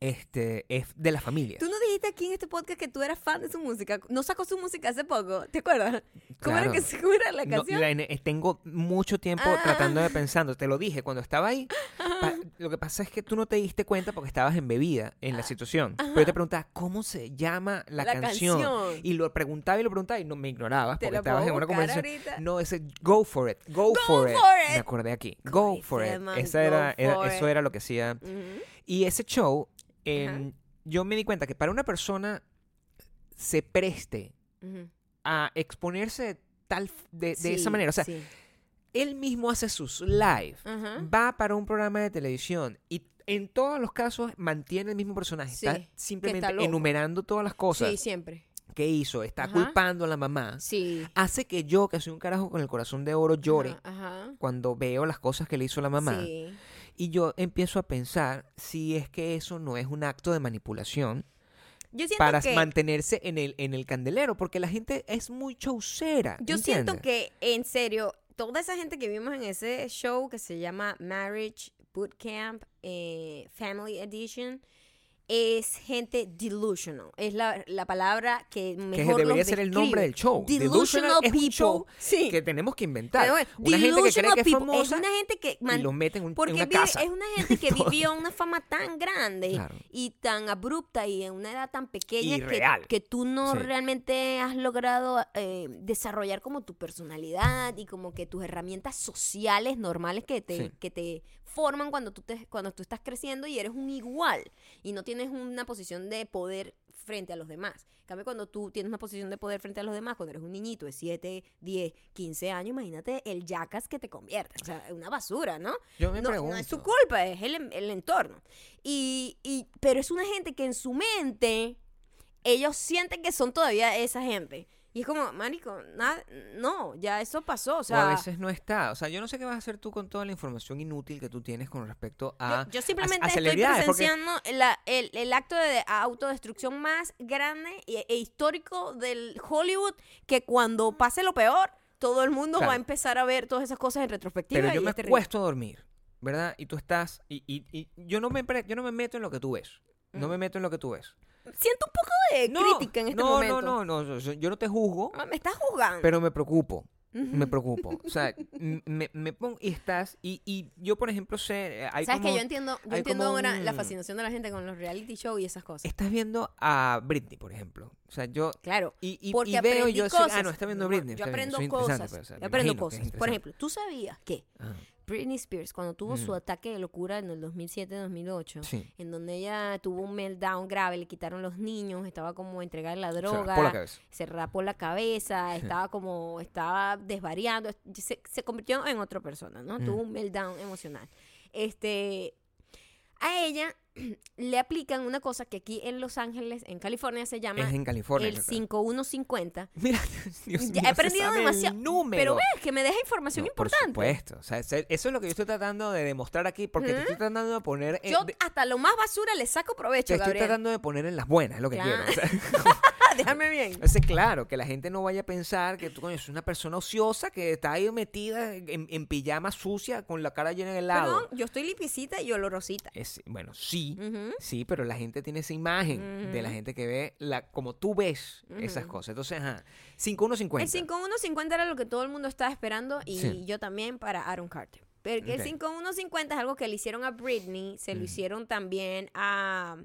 Este, es de las familias. Tú no dijiste dijiste aquí en este podcast que tú eras fan de su música. No sacó su música hace poco, ¿te acuerdas? ¿Cómo Claro. era que se cómo era la No, canción? la ene- eh, tengo mucho tiempo Ah. tratando de pensando. Te lo dije cuando estaba ahí. Pa- lo que pasa es que tú no te diste cuenta porque estabas embebida en la situación. Pero yo te preguntaba, ¿cómo se llama la, Ah, La canción? canción. Y lo preguntaba y lo preguntaba y no me ignorabas Te porque la estabas puedo en una buscar conversación. ahorita. No, ese Go for it. Go, for, it. Me acordé aquí. Go dice for el it. man, Esa era, go era- for eso it. era lo que hacía. Ujú. Y ese show, eh, Ajá. yo me di cuenta que para una persona se preste Ujú. a exponerse de tal f- de, de esa Sí, manera. O sea, sí. él mismo hace sus live, Ajá. va para un programa de televisión y en todos los casos mantiene el mismo personaje. Sí, que está está simplemente loco. enumerando todas las cosas sí, siempre. que hizo, está Ajá. culpando a la mamá. Sí. Hace que yo, que soy un carajo con el corazón de oro, Ah, llore Ajá, Ajá. cuando veo las cosas que le hizo la mamá. Sí. Y yo empiezo a pensar si es que eso no es un acto de manipulación Yo siento para que mantenerse en el, en el candelero, porque la gente es muy chaucera. yo siento ¿entiendes? que en serio toda esa gente que vimos en ese show que se llama Marriage Bootcamp eh, Family Edition es gente delusional. Es la, la palabra que mejor que los debería ser el describe. nombre del show. Delusional, es people. un show sí. que tenemos que inventar. Pero bueno, una gente que cree delusional que es people. famosa Es una gente que y man- los meten en, un- Porque en una vive- casa. es una gente que Todo. vivió una fama tan grande y- Claro. y tan abrupta y en una edad tan pequeña Y que, real. que tú no Sí. realmente has logrado eh, desarrollar como tu personalidad y como que tus herramientas sociales normales que te, Sí. que te forman cuando tú, te, cuando tú estás creciendo y eres un igual y no tienes una posición de poder frente a los demás. En cambio, cuando tú tienes una posición de poder frente a los demás, cuando eres un niñito de 7, 10, 15 años, imagínate el yacas que te conviertes. O sea, una basura, ¿no? Yo me no, pregunto. no es su culpa, es el, el entorno. Y, y- pero es una gente que en su mente, ellos sienten que son todavía esa gente. Y es como, marico, nada, no, ya eso pasó. O O a sea, veces no está. O sea, yo no sé qué vas a hacer tú con toda la información inútil que tú tienes con respecto a. yo, yo simplemente a- a estoy celebridades, porque- presenciando la- el, el acto de autodestrucción más grande e, e histórico del Hollywood, que cuando pase lo peor, todo el mundo va a Mm. Claro. empezar a ver todas esas cosas en retrospectiva. Pero yo y me es terrible. acuesto a dormir, ¿verdad? Y tú estás. Y, y- y yo, no me, pre- yo no me meto en lo que tú ves. No Mm. me meto en lo que tú ves. Siento un poco de No, crítica en este no, momento. No, no, no. Yo, yo no te juzgo, Ah, Me estás jugando. pero me preocupo. Me preocupo. O sea, m- me, me pongo. Y estás. Y, y yo, por ejemplo, sé. eh, Hay ¿Sabes como- que yo entiendo, yo hay entiendo como ahora la un- fascinación de la gente con los reality shows y esas cosas? Estás viendo a Britney, por ejemplo. O sea, yo. Claro. Y, y, Porque y veo aprendí y yo decir, cosas. ah, no, está viendo Mi amor, Britney. Yo está bien, aprendo eso es interesante, cosas. pero, o sea, yo me aprendo imagino que es cosas. Por interesante. Ah, ejemplo, ¿tú sabías que Ajá. Britney Spears, cuando tuvo su Ujú. ataque de locura en el 2007-2008, Mm. Sí. en donde ella tuvo un meltdown grave, le quitaron los niños, estaba como entregar la O sea, droga, por la cabeza. se rapó la cabeza, estaba como, estaba desvariando, se, se convirtió en otra persona, ¿no? Mm. Tuvo un meltdown emocional. Este, a ella le aplican una cosa que aquí en Los Ángeles, en California, se llama Es en California. el creo. 5150. Mira, Dios Ya mío, he se aprendido sabe el demasiado, número. Pero ves que me deja información No, importante. Por supuesto. O sea, se- eso es lo que yo estoy tratando de demostrar aquí, porque te estoy tratando de poner. en- Yo Eh, de- hasta lo más basura le saco provecho, te estoy Gabriel. tratando de poner en las buenas, es lo que Claro. quiero. O sea, Ah, Déjame bien. o sea, claro, que la gente no vaya a pensar que tú coño, eres una persona ociosa que está ahí metida en, en pijama sucia con la cara llena de helado. Perdón, yo estoy lipicita y olorosita. Es- bueno, sí, Ujú. sí, pero la gente tiene esa imagen de la gente que ve la, como tú ves esas cosas. Entonces, ajá, 5150. El 5150 era lo que todo el mundo estaba esperando y Sí. yo también para Aaron Carter. Porque el Ok. 5150 es algo que le hicieron a Britney, se lo hicieron también a,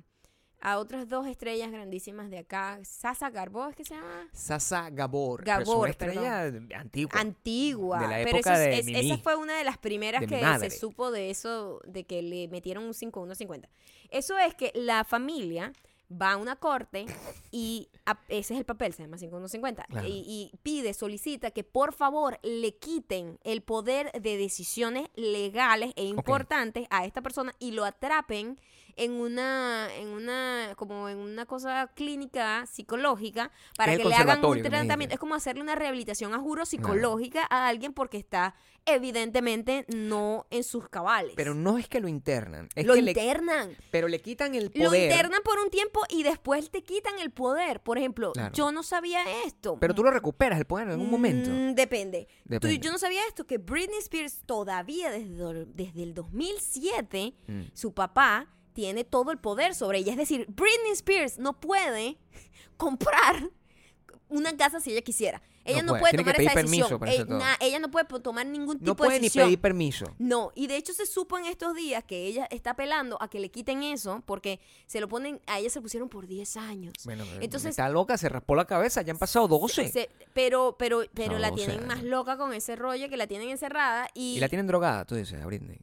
a otras dos estrellas grandísimas de acá. Sasa Garbó, ¿es que se llama? Sasa Gabor. Gabor, pero es una estrella antigua. Antigua. De la pero época eso de es- Mimi. esa fue una de las primeras De mi que se madre. supo de eso, de que le metieron un 5150. Eso es que la familia va a una corte y a- ese es el papel, se llama 5150, Claro. y, y pide, solicita que por favor le quiten el poder de decisiones legales e importantes a esta persona y lo atrapen en una, en una, como en una cosa clínica psicológica para Es el que le hagan un conservatorio, me tratamiento. dijiste. Es como hacerle una rehabilitación a juro psicológica a alguien porque está evidentemente no en sus cabales. Pero no es que lo internan. Es lo que le, internan. pero le quitan el Lo poder. internan por un tiempo y después te quitan el poder. Por ejemplo, Claro. yo no sabía esto. Pero tú lo recuperas el poder en algún momento. Mm, depende. Tú- Depende. yo no sabía esto, que Britney Spears todavía desde, do- desde el 2007, Mm. su papá tiene todo el poder sobre ella. Es decir, Britney Spears no puede comprar una casa si ella quisiera. Ella No no puede, puede, tiene que tomar pedir esa decisión. permiso para hacer Eh, todo. na- ella no puede po- tomar ningún tipo No puede de ni decisión. pedir permiso. No, y de hecho se supo en estos días que ella está apelando a que le quiten eso porque se lo ponen, a ella se lo pusieron por 10 años. Bueno, pero Entonces- está loca, se raspó la cabeza, ya han pasado 12. Se- pero pero pero No, la o tienen sea, más loca con ese rollo que la tienen encerrada y, Y la tienen drogada, tú dices, a Britney.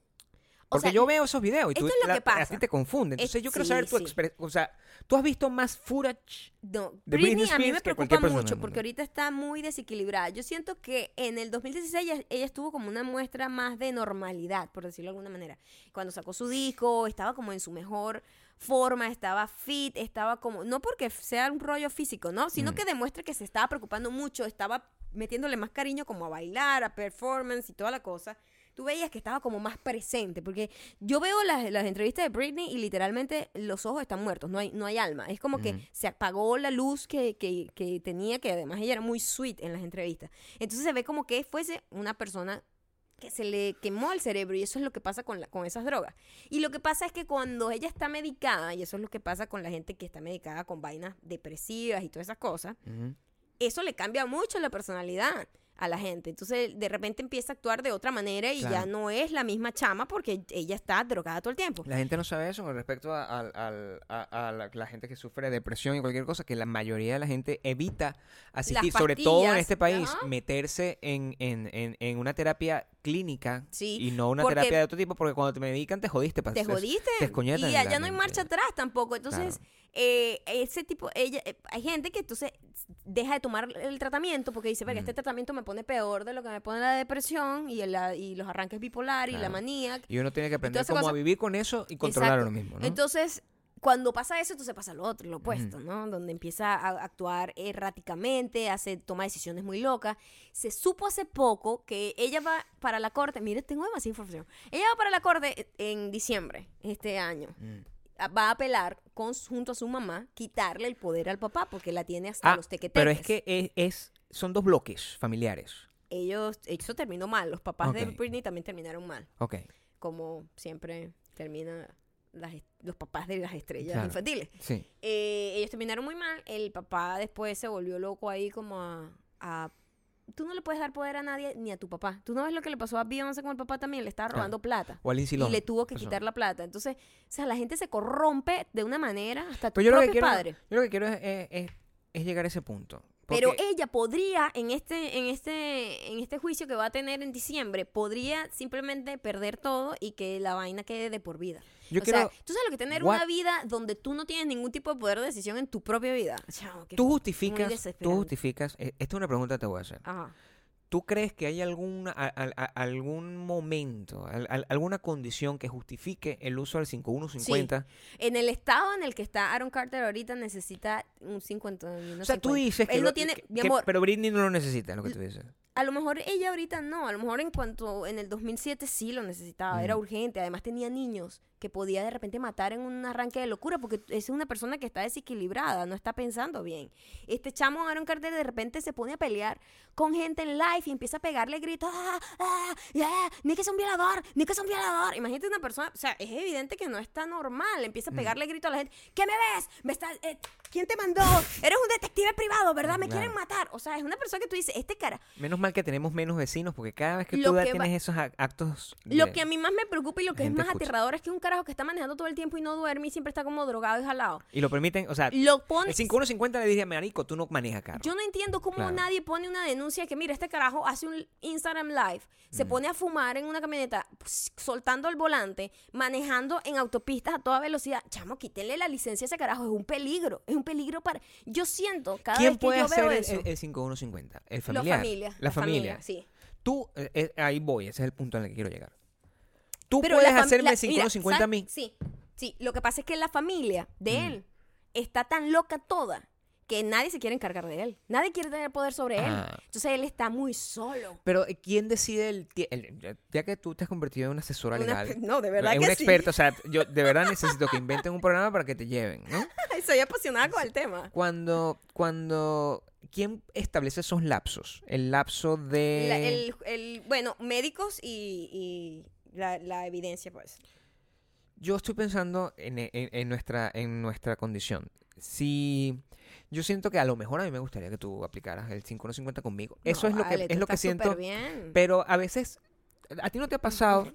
o Porque sea, yo veo esos videos y tú, esto es lo la- que pasa. a ti te confunden. Es- Entonces yo quiero sí, saber tu sí. experiencia. O sea, ¿tú has visto más footage? no, de Britney, Britney a mí Spears me que preocupa cualquier persona del mucho mundo. porque ahorita está muy desequilibrada. Yo siento que en el 2016 ella, ella estuvo como una muestra más de normalidad, por decirlo de alguna manera. Cuando sacó su disco, estaba como en su mejor forma, estaba fit, estaba como no porque sea un rollo físico, ¿no? Sino Mm. que demuestra que se estaba preocupando mucho, estaba metiéndole más cariño como a bailar, a performance y toda la cosa. Tú veías que estaba como más presente, porque yo veo las, las entrevistas de Britney y literalmente los ojos están muertos, no hay, no hay alma. Es como que se apagó la luz que, que- que tenía, que además ella era muy sweet en las entrevistas. Entonces se ve como que fuese una persona que se le quemó el cerebro y eso es lo que pasa con, la- con esas drogas. Y lo que pasa es que cuando ella está medicada, y eso es lo que pasa con la gente que está medicada con vainas depresivas y todas esas cosas, Ujú. eso le cambia mucho la personalidad a la gente. Entonces, de repente empieza a actuar de otra manera y ya Claro. no es la misma chama porque ella está drogada todo el tiempo. La gente no sabe eso con respecto a, al- al- a- a la, la gente que sufre de depresión y cualquier cosa, que la mayoría de la gente evita asistir, sobre todo en pastillas, este país, ajá. meterse en, en- en- en una terapia clínica Sí, y no una porque- terapia de otro tipo, porque cuando te medican te jodiste. pa- Te jodiste. Te escoñetan y en la allá no hay mente. marcha atrás tampoco. Entonces, eh, ese tipo, ella, eh, hay gente que entonces deja de tomar el tratamiento porque dice, verga, este tratamiento me pone peor de lo que me pone la depresión y, la- y los arranques bipolar y la Claro. manía. Y uno tiene que aprender esa cómo cosa- a vivir con eso y controlar Exacto. lo mismo. ¿no? Entonces, cuando pasa eso, entonces pasa lo otro, lo opuesto, ¿no? Donde empieza a actuar erráticamente, hace, toma decisiones muy locas. Se supo hace poco que ella va para la corte, mire, tengo demasiada información. Ella va para la corte e, en diciembre este año. Mm. A- Va a apelar con, junto a su mamá, quitarle el poder al papá, porque la tiene hasta Ah, los tequetes. pero es que es, es- son dos bloques familiares. Ellos, eso terminó mal. Los papás de Ok. Britney también terminaron mal. Ok, Como siempre terminan los papás de las estrellas Claro. infantiles. sí. Eh, ellos terminaron muy mal. El papá después se volvió loco ahí como a, a- Tú no le puedes dar poder a nadie ni a tu papá. Tú no ves lo que le pasó a Beyoncé con el papá también. Le estaba Claro. robando plata. O al Y insilón. le tuvo que quitar la plata. Entonces, o sea, la gente se corrompe de una manera hasta tus Pero yo lo, que propios quiero, padres. yo lo que quiero es, es- es- es llegar a ese punto. Pero Porque- ella podría, en este, en este, en este juicio que va a tener en diciembre, podría simplemente perder todo y que la vaina quede de por vida. Yo o quiero- sea, tú sabes lo que tener What? una vida donde tú no tienes ningún tipo de poder de decisión en tu propia vida. Chao, qué Tú fu- justificas, tú desesperante. justificas, eh, esta es una pregunta que te voy a hacer. Ajá. ¿Tú crees que hay alguna, a- a- a- algún momento, al- al- alguna condición que justifique el uso del 5150? En el estado en el que está Aaron Carter ahorita necesita un 50. o sea, tú dices que... Él no lo- tiene. que- mi que- amor, pero Britney no lo necesita, lo que tú dices. a lo mejor ella ahorita no. A lo mejor en cuanto. En el 2007 sí lo necesitaba. Era urgente. Además tenía niños que podía de repente matar en un arranque de locura porque es una persona que está desequilibrada. No está pensando bien. Este chamo Aaron Carter de repente se pone a pelear con gente en live y empieza a pegarle gritos. ¡Ah! ¡Ah! ¡Yeah! ¡Ni que es un violador! ¡Ni que es un violador! Imagínate una persona. O sea, es evidente que no está normal. Empieza a pegarle gritos a la gente. ¿Qué me ves? ¿Me está, eh, ¿Quién te mandó? Eres un detective privado, ¿verdad? Me quieren matar. O sea, es una persona que tú dices, este cara. Menos mal que tenemos menos vecinos, porque cada vez que Lo tú da- que va- tienes esos ac- actos... Lo de- que a mí más me preocupa y lo La que es gente más escucha. aterrador es que es un carajo que está manejando todo el tiempo y no duerme y siempre está como drogado y jalado. Y lo permiten, o sea, Lo pone. el 5150 le dije a Marico, tú no manejas carro. Yo no entiendo cómo Claro. nadie pone una denuncia de que, mira, este carajo hace un Instagram Live, se pone a fumar en una camioneta, pues, soltando el volante, manejando en autopistas a toda velocidad. Chamo, quítenle la licencia a ese carajo, es un peligro, es un peligro para... Yo siento, cada ¿Quién vez que puede yo hacer veo el, eso... el- el 5150? El la familiar. familia. La familia. sí. Tú, eh, eh, ahí voy, ese es el punto al que quiero llegar. Tú Pero puedes la fam- hacerme la- el 5150 a mira, mí. Mm. ¿sabes? Sí, sí. Lo que pasa es que la familia de él está tan loca toda que nadie se quiere encargar de él. Nadie quiere tener poder sobre Ah. él. Entonces él está muy solo. Pero eh, ¿quién decide el, tie- el- ya- Ya que tú te has convertido en una asesora Una- legal. eh, no, de verdad en que una sí. experta, o sea, yo de verdad necesito que inventen un programa para que te lleven, ¿no? Ay, soy apasionada con el tema. Cuando, cuando, ¿quién establece esos lapsos? El lapso de... La- el, el- bueno, médicos y, y la, la evidencia, pues. Yo estoy pensando en, e, en- en nuestra, en nuestra condición. Si yo siento que a lo mejor a mí me gustaría que tú aplicaras el 5150 conmigo. Eso No, es lo vale, que, tú es lo que estás súper siento. bien. Pero a veces, a ti no te ha pasado,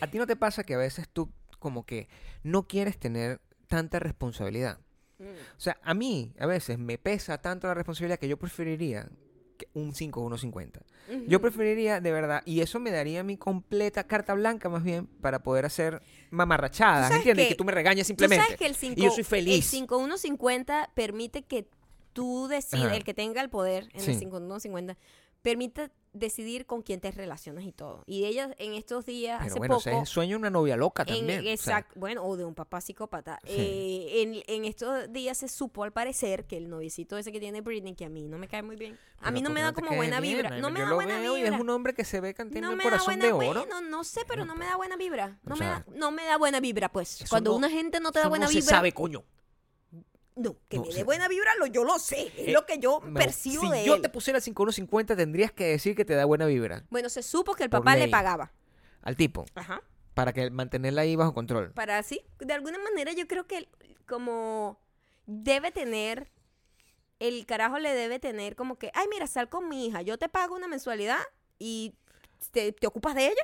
a ti no te pasa que a veces tú como que no quieres tener tanta responsabilidad. Mm. O sea, a mí a veces me pesa tanto la responsabilidad que yo preferiría que un 5 o 1.50. Yo preferiría, de verdad, y eso me daría mi completa carta blanca más bien para poder hacer ¿Tú mamarrachadas, sabes ¿entiendes? Y que- que tú me regañes Tú simplemente. sabes que el 5, y yo soy El feliz. 5150 permite que tú decidas, Ajá. el que tenga el poder en el Sí. 5150, permite decidir con quién te relacionas y todo. Y ella en estos días, Pero hace bueno, o poco. sea, es el sueño de una novia loca en- también. o sea, exact- bueno, o de un papá psicópata. Sí. Eh, en, en estos días se supo al parecer que el noviecito ese que tiene Britney, que a mí no me cae muy bien, a pero mí no ¿por me qué da te como cae buena bien, vibra. mano? No me Yo da lo buena veo y vibra. es un hombre que se ve cantando No el me da corazón buena de oro. bueno, no sé, pero no me da buena vibra. No, O me, sea, da, no me da buena vibra, pues. eso Cuando no- una gente no te da Eso buena no vibra. se sabe, coño. No, que No, me o dé sea, buena vibra, lo, yo lo sé. Es eh, lo que yo No, percibo si de yo él. te pusiera 5150 tendrías que decir que te da buena vibra Bueno, se supo que el Por papá le ley. pagaba. al tipo Ajá. para que mantenerla ahí bajo control. Para así. De alguna manera, yo creo que él, como debe tener. El carajo le debe tener como que, ay, mira, sal con mi hija, yo te pago una mensualidad y te, te ocupas de ella,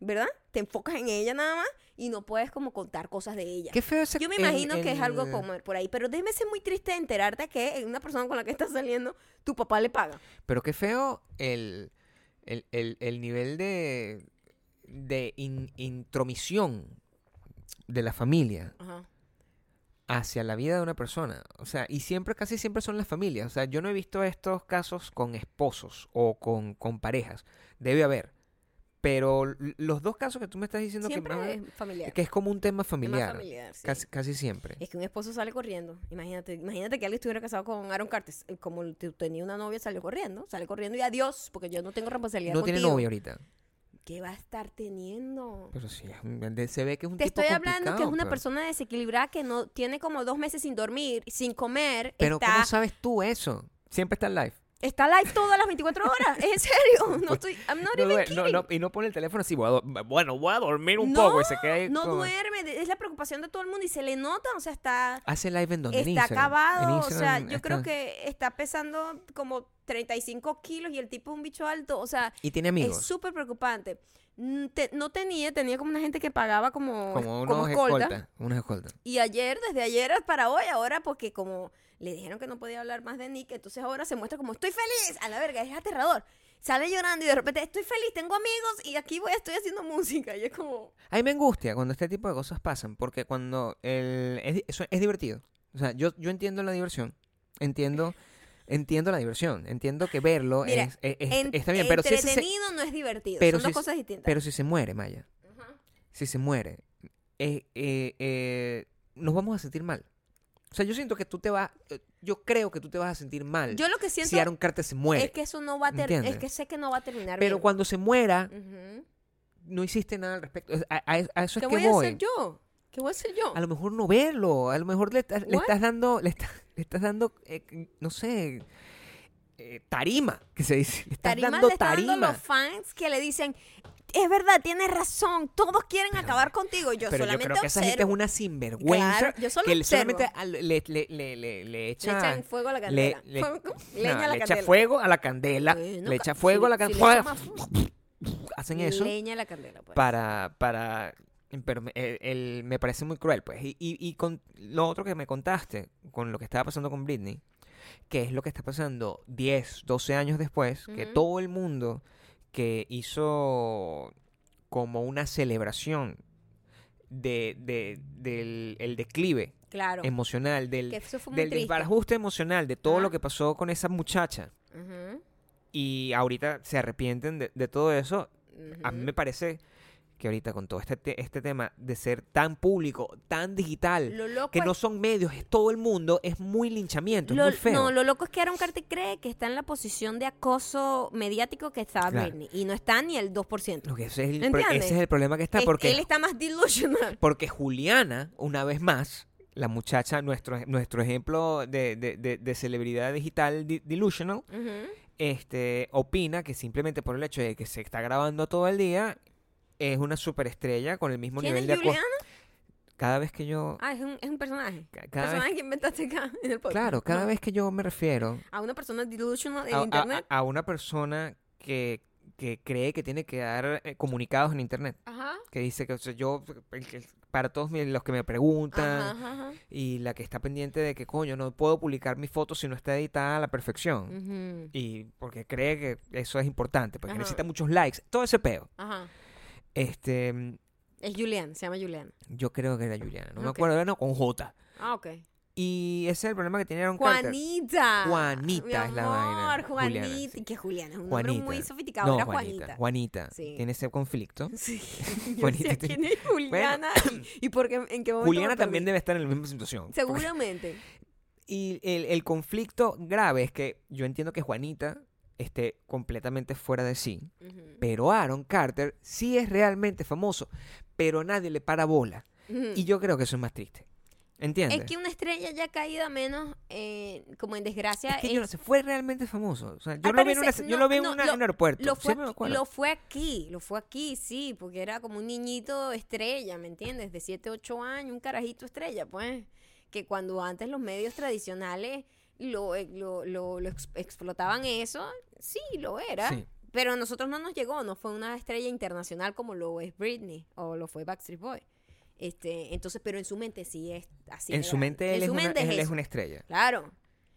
¿verdad? Te enfocas en ella nada más y no puedes como contar cosas de ella. Qué feo ese- Yo me el- imagino que es algo el- como por ahí, pero debe ser muy triste enterarte que una persona con la que estás saliendo, tu papá le paga. Pero qué feo el, el, el- el nivel de, de in- intromisión de la familia Ajá. hacia la vida de una persona. O sea, y siempre, casi siempre son las familias. O sea, yo no he visto estos casos con esposos o con, con parejas. Debe haber. Pero l- los dos casos que tú me estás diciendo que, Siempre más- es familiar. que es como un tema Es más familiar. familiar, sí. Casi, casi siempre. Es que un esposo sale corriendo. Imagínate, imagínate que alguien estuviera casado con Aaron Carter. Eh, Como el- tú tenía una novia, salió corriendo. Sale corriendo y adiós, porque yo no tengo responsabilidad No contigo. tiene novia ahorita. ¿Qué va a estar teniendo? Pero sí, es un- de- se ve que es un Te tipo estoy hablando que es complicado, pues. una pero- persona desequilibrada que no tiene como dos meses sin dormir, sin comer, Pero está, ¿cómo sabes tú eso? Siempre está en live. está live todas las 24 horas. ¿Es en serio? No estoy, I'm not Pues, No, even due- no, kidding. no, y no pone el teléfono así, voy a do- bueno, voy a dormir un No, poco y se queda ahí No como- duerme, de- es la preocupación de todo el mundo y se le nota, o sea, está, Hace live en donde en está Instagram. acabado, En o sea, Instagram yo creo está- que está pesando como 35 kilos y el tipo es un bicho alto, o sea, Y tiene es amigos. súper preocupante. Mm, te- no tenía, tenía como una gente que pagaba como, Como como unos escolta. escoltas. Unos escoltas. Y ayer, desde ayer para hoy, ahora porque como le dijeron que no podía hablar más de Nick, entonces ahora se muestra como estoy feliz, a la verga, es aterrador. Sale llorando y de repente estoy feliz, tengo amigos y aquí voy, estoy haciendo música. Y es como, A mí me angustia cuando este tipo de cosas pasan, porque cuando el... Es, di- eso es divertido. O sea, yo, yo entiendo la diversión. Entiendo... Entiendo la diversión. Entiendo que verlo Mira, es, es- es- en- está bien. Pero si, ese se, entretenido no es divertido. pero Son dos si- cosas distintas. pero si se muere, Maya. Si se muere. eh, eh, eh, nos vamos a sentir mal. O sea, yo siento que tú te vas... eh, Yo creo que tú te vas a sentir mal. Yo lo que si siento Aaron Carter se muere. es que eso no va a terminar. ¿Entiendes? Es que sé que no va a terminar. Pero bien. cuando se muera, Ujú. no hiciste nada al respecto. Es- A, a- a eso ¿Qué es que voy, voy. a hacer yo? ¿Qué voy a hacer yo? A lo mejor no verlo. A lo mejor le, estás- le What? estás dando, le, está- le estás dando, eh, no sé, eh, tarima, que se dice. Le estás Tarima dando le está dando tarima. a los fans que le dicen, es verdad, tienes razón, todos quieren acabar contigo. Yo Pero yo solamente creo que esa gente es observo. una sinvergüenza Claro, yo solo que le- observo. solamente al- le, le, le, le, le Le echa... echan fuego a la le- candela. le- Fuego- ¿cómo? no, Leña a la le echa candela. fuego a la candela. Bueno, le echa ca- fuego a si- la si le candela. echamos Hacen eso. Leña a la candela, pues. para para pero me, el- el- me parece muy cruel pues y, y- y con lo otro que me contaste con lo que estaba pasando con Britney que es lo que está pasando 10 12 años después que Ujú. todo el mundo que hizo como una celebración de, de- del el declive Claro. emocional Que del eso fue muy del triste. desbarajuste emocional de todo Ajá. lo que pasó con esa muchacha Ujú, y ahorita se arrepienten de- de todo eso a mí ujú. me parece que ahorita con todo este, te- este tema de ser tan público, tan digital, Lo loco que es no son medios, es todo el mundo, es muy linchamiento, Lo- es muy feo. No, lo loco es que Aaron Carter cree que está en la posición de acoso mediático que estaba Claro. Britney. Y no está ni el 2%. Lo que ese, es el, pro- ¿Entiendes? ese es el problema que está, Es- porque, Él está más delusional. porque Juliana, una vez más, la muchacha, nuestro, nuestro ejemplo de, de- de- de celebridad digital di- delusional, Ujú. este, opina que simplemente por el hecho de que se está grabando todo el día, es una superestrella con el mismo ¿Quién nivel es de acoso. Juliana? Cada vez que yo... Ah, es un, es un personaje. ca- Cada vez- Personaje que inventaste acá en el podcast. claro, cada Ah. vez que yo me refiero A una persona delusional en a, a- internet. a- a una persona que, que cree que tiene que dar eh, comunicados en internet, Ajá. que dice que o sea, yo, el que- para todos mi- los que me preguntan Ajá, ajá, ajá. y la que está pendiente de que, coño, no puedo publicar mi foto si no está editada a la perfección. Mm. Ujú. Y porque cree que eso es importante, porque Ajá. necesita muchos likes, todo ese peo. Ajá. Este, Es Julián, se llama Julián. yo creo que era Juliana, no me Ok. acuerdo, era no, con J. Ah, ok. Y ese es el problema que tenía Aaron Carter. Juanita. Juanita Mi es la vaina. amor, Juliana, Juanita. sí. Que Juliana es un Juanita. nombre muy sofisticado. No, era Juanita. Juanita. Juanita. Sí. Tiene ese conflicto. Sí. Yo Juanita decía, te- ¿Quién es Juliana? ¿Y, y por qué, en qué momento? Juliana me perdí? también debe estar en la misma situación. Seguramente. Y el, el conflicto grave es que yo entiendo que Juanita esté completamente fuera de sí, Ujú. pero Aaron Carter sí es realmente famoso, pero nadie le para bola. Ujú. Y yo creo que eso es más triste. ¿Entiendes? Mm. Es que una estrella ya caída menos, eh, como en desgracia, Es que yo no es- sé, fue realmente famoso. O sea, yo, Al lo vi en, una, parecer, yo no, lo vi en no, una- lo- en un aeropuerto. lo fue, siempre aquí, me acuerdo. lo fue aquí, lo fue aquí, sí, porque era como un niñito estrella, ¿me entiendes? De 7, 8 años, un carajito estrella, pues, que cuando antes los medios tradicionales lo, eh, lo, lo- lo ex- explotaban eso, sí, lo era. Sí. Pero a nosotros no nos llegó, no fue una estrella internacional como lo es Britney o lo fue Backstreet Boy. Este, entonces, pero en su mente sí es así. en de su grande. mente En él, es, su una, mente él es eso. una estrella. Claro.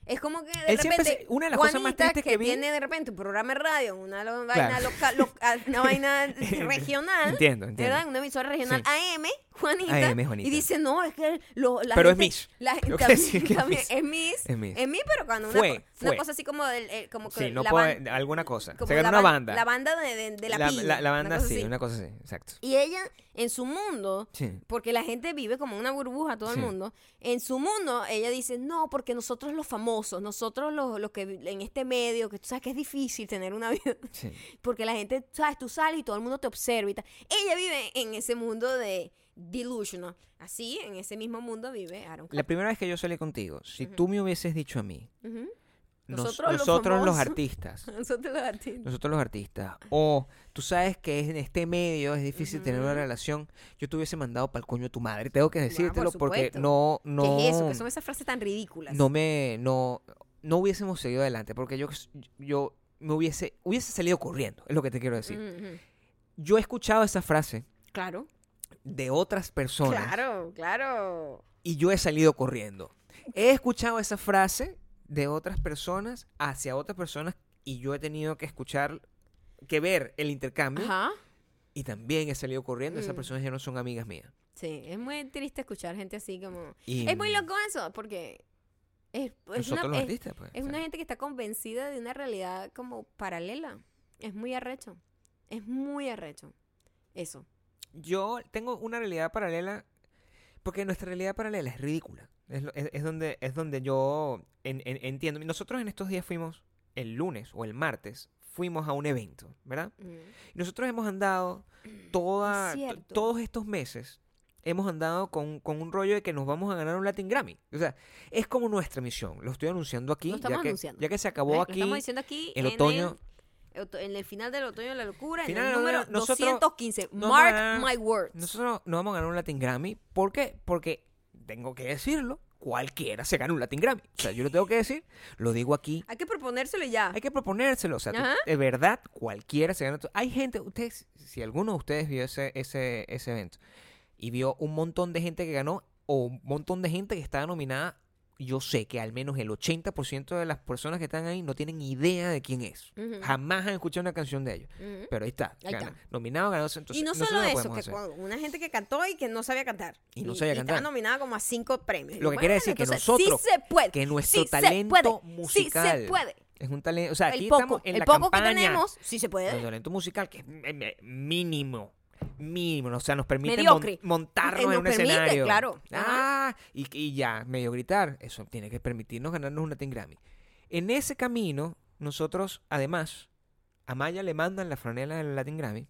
Es como que de Él siempre repente se- una de las cosas más Juanita, tristes que vi- tiene de repente un programa de radio, una lo- vaina Claro. local, local- una vaina regional, Entiendo, entiendo. ¿verdad? Una emisora regional Sí. AM, Juanita, AM, Juanita. Y dice, "No, es que lo- la Pero es gente- Miss. la- Tengo que también- decir que es también Miss. es Miss. Es Miss. Es Miss, pero cuando una, Fue, co- una fue. cosa así como del el- como que Sí, no la puedo- ban- alguna cosa. como Se la ganó una ban- banda. La banda de, de- de la, piña, la una banda cosa sí, así. una cosa así, exacto. Y ella en su mundo Sí. porque la gente vive como una burbuja, todo Sí. el mundo. En su mundo, ella dice, no, porque nosotros los famosos, nosotros los, los que vi- en este medio, que tú sabes que es difícil tener una vida, sí. porque la gente, sabes, tú sales y todo el mundo te observa y tal. Ella vive en ese mundo de delusional. Así, en ese mismo mundo vive Aaron La primera vez que yo salí contigo, si tú me hubieses dicho a mí, Carter. Ujú. nos- Nosotros nosotros, los los, famosos. artistas, Nosotros los artistas. nosotros los artistas, o tú sabes que en este medio es difícil tener una Ujú. relación, yo te hubiese mandado para el coño tu madre, tengo que decírtelo porque supuesto. no, no, ¿Qué es eso? Que son esas frases tan ridículas. no me, no, no hubiésemos seguido adelante porque yo, yo me hubiese, hubiese salido corriendo, es lo que te quiero decir. Ujú. Yo he escuchado esa frase Claro. de otras personas Claro, claro. y yo he salido corriendo. He escuchado esa frase de otras personas hacia otras personas y yo he tenido que escuchar, que ver el intercambio Ajá. y también he salido corriendo. Esas Mm. personas ya no son amigas mías. Sí, es muy triste escuchar gente así como... Y mm, Es muy loco eso, porque es, es Em, Nosotros una, los es- artistas, pues. es o sea, una gente que está convencida de una realidad como paralela. Es muy arrecho. Es muy arrecho. Eso. Yo tengo una realidad paralela, porque nuestra realidad paralela es ridícula. Es, lo- es- es donde, es donde yo en- en- entiendo. Nosotros en estos días fuimos, el lunes o el martes, fuimos a un evento, ¿verdad? Mm. Nosotros hemos andado toda, Es to- cierto. todos estos meses, hemos andado con, con un rollo de que nos vamos a ganar un Latin Grammy. O sea, es como nuestra misión. Lo estoy anunciando aquí. Lo estamos ya, que, anunciando. ya que se ¿Ves? acabó Lo aquí. estamos diciendo aquí el en otoño- el- oto- En el, final del otoño de la locura, Final en del el otoño, número nosotros- 215. no, Mark no, no, my words. Nosotros no vamos a ganar un Latin Grammy. ¿Por qué? Porque, tengo que decirlo, cualquiera se gana un Latin Grammy. O sea, yo lo tengo que decir, lo digo aquí. Hay que proponérselo y ya. Hay que proponérselo. O sea, tú- Ah. Ajá. de verdad, cualquiera se gana. tu- Hay gente, ustedes, si alguno de ustedes vio ese, ese, ese evento y vio un montón de gente que ganó o un montón de gente que estaba nominada, yo sé que al menos el 80% de las personas que están ahí no tienen idea de quién es. Ujú. Jamás han escuchado una canción de ellos. Ujú. Pero ahí está. Ahí gana. está. Nominado, ganó. Entonces, y no nosotros solo lo eso, podemos que hacer. con una gente que cantó y que no sabía cantar. Y no sabía estaba cantar. nominada como a cinco premios. Lo que Bueno, quiere decir que entonces, nosotros, Sí se puede. que nuestro sí se talento puede, musical Sí se puede. Es un talento. O sea, aquí el poco, estamos en el la poco campaña. que tenemos, sí se puede. El talento musical que es m- m- mínimo. Mínimo, o sea, nos permite mon- Mediocre. montarnos Eh, en nos un permite, escenario. claro. Ah, y, y ya, medio gritar. Eso tiene que permitirnos ganarnos un Latin Grammy. En ese camino, nosotros, además, a Maya le mandan la franela del Latin Grammy.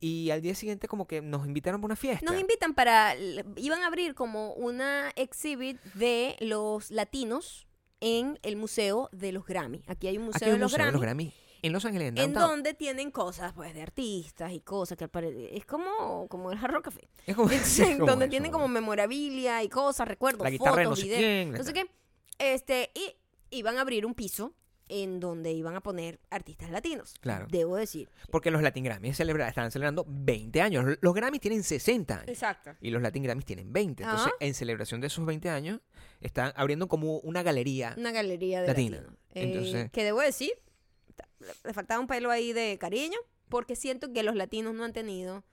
Y al día siguiente, como que nos invitaron para una fiesta. Nos invitan para. Iban a abrir como una exhibit de los latinos en el Museo de los Grammy. Aquí hay un Aquí Museo, hay de, un los museo de Grammy, los Grammy. en Los Ángeles, en En downtown. donde tienen cosas, pues, de artistas y cosas que al pare- es como, como el Hard Rock Café. Es como- es en como donde eso, tienen ¿no? como memorabilia y cosas, recuerdos, La guitarra de fotos, no sé videos, quién, la no sé tal. qué. Este, y iban a abrir un piso en donde iban a poner artistas latinos. Claro. Debo decir. Porque los Latin Grammys celebra- están celebrando 20 años. Los Grammys tienen 60 años. Exacto. Y los Latin Grammys tienen 20. Entonces, Ajá. en celebración de esos 20 años, están abriendo como una galería. Una galería de Latina. latinos. Eh, Entonces- que debo decir, ta- le faltaba un pelo ahí de cariño, porque siento que los latinos no han tenido,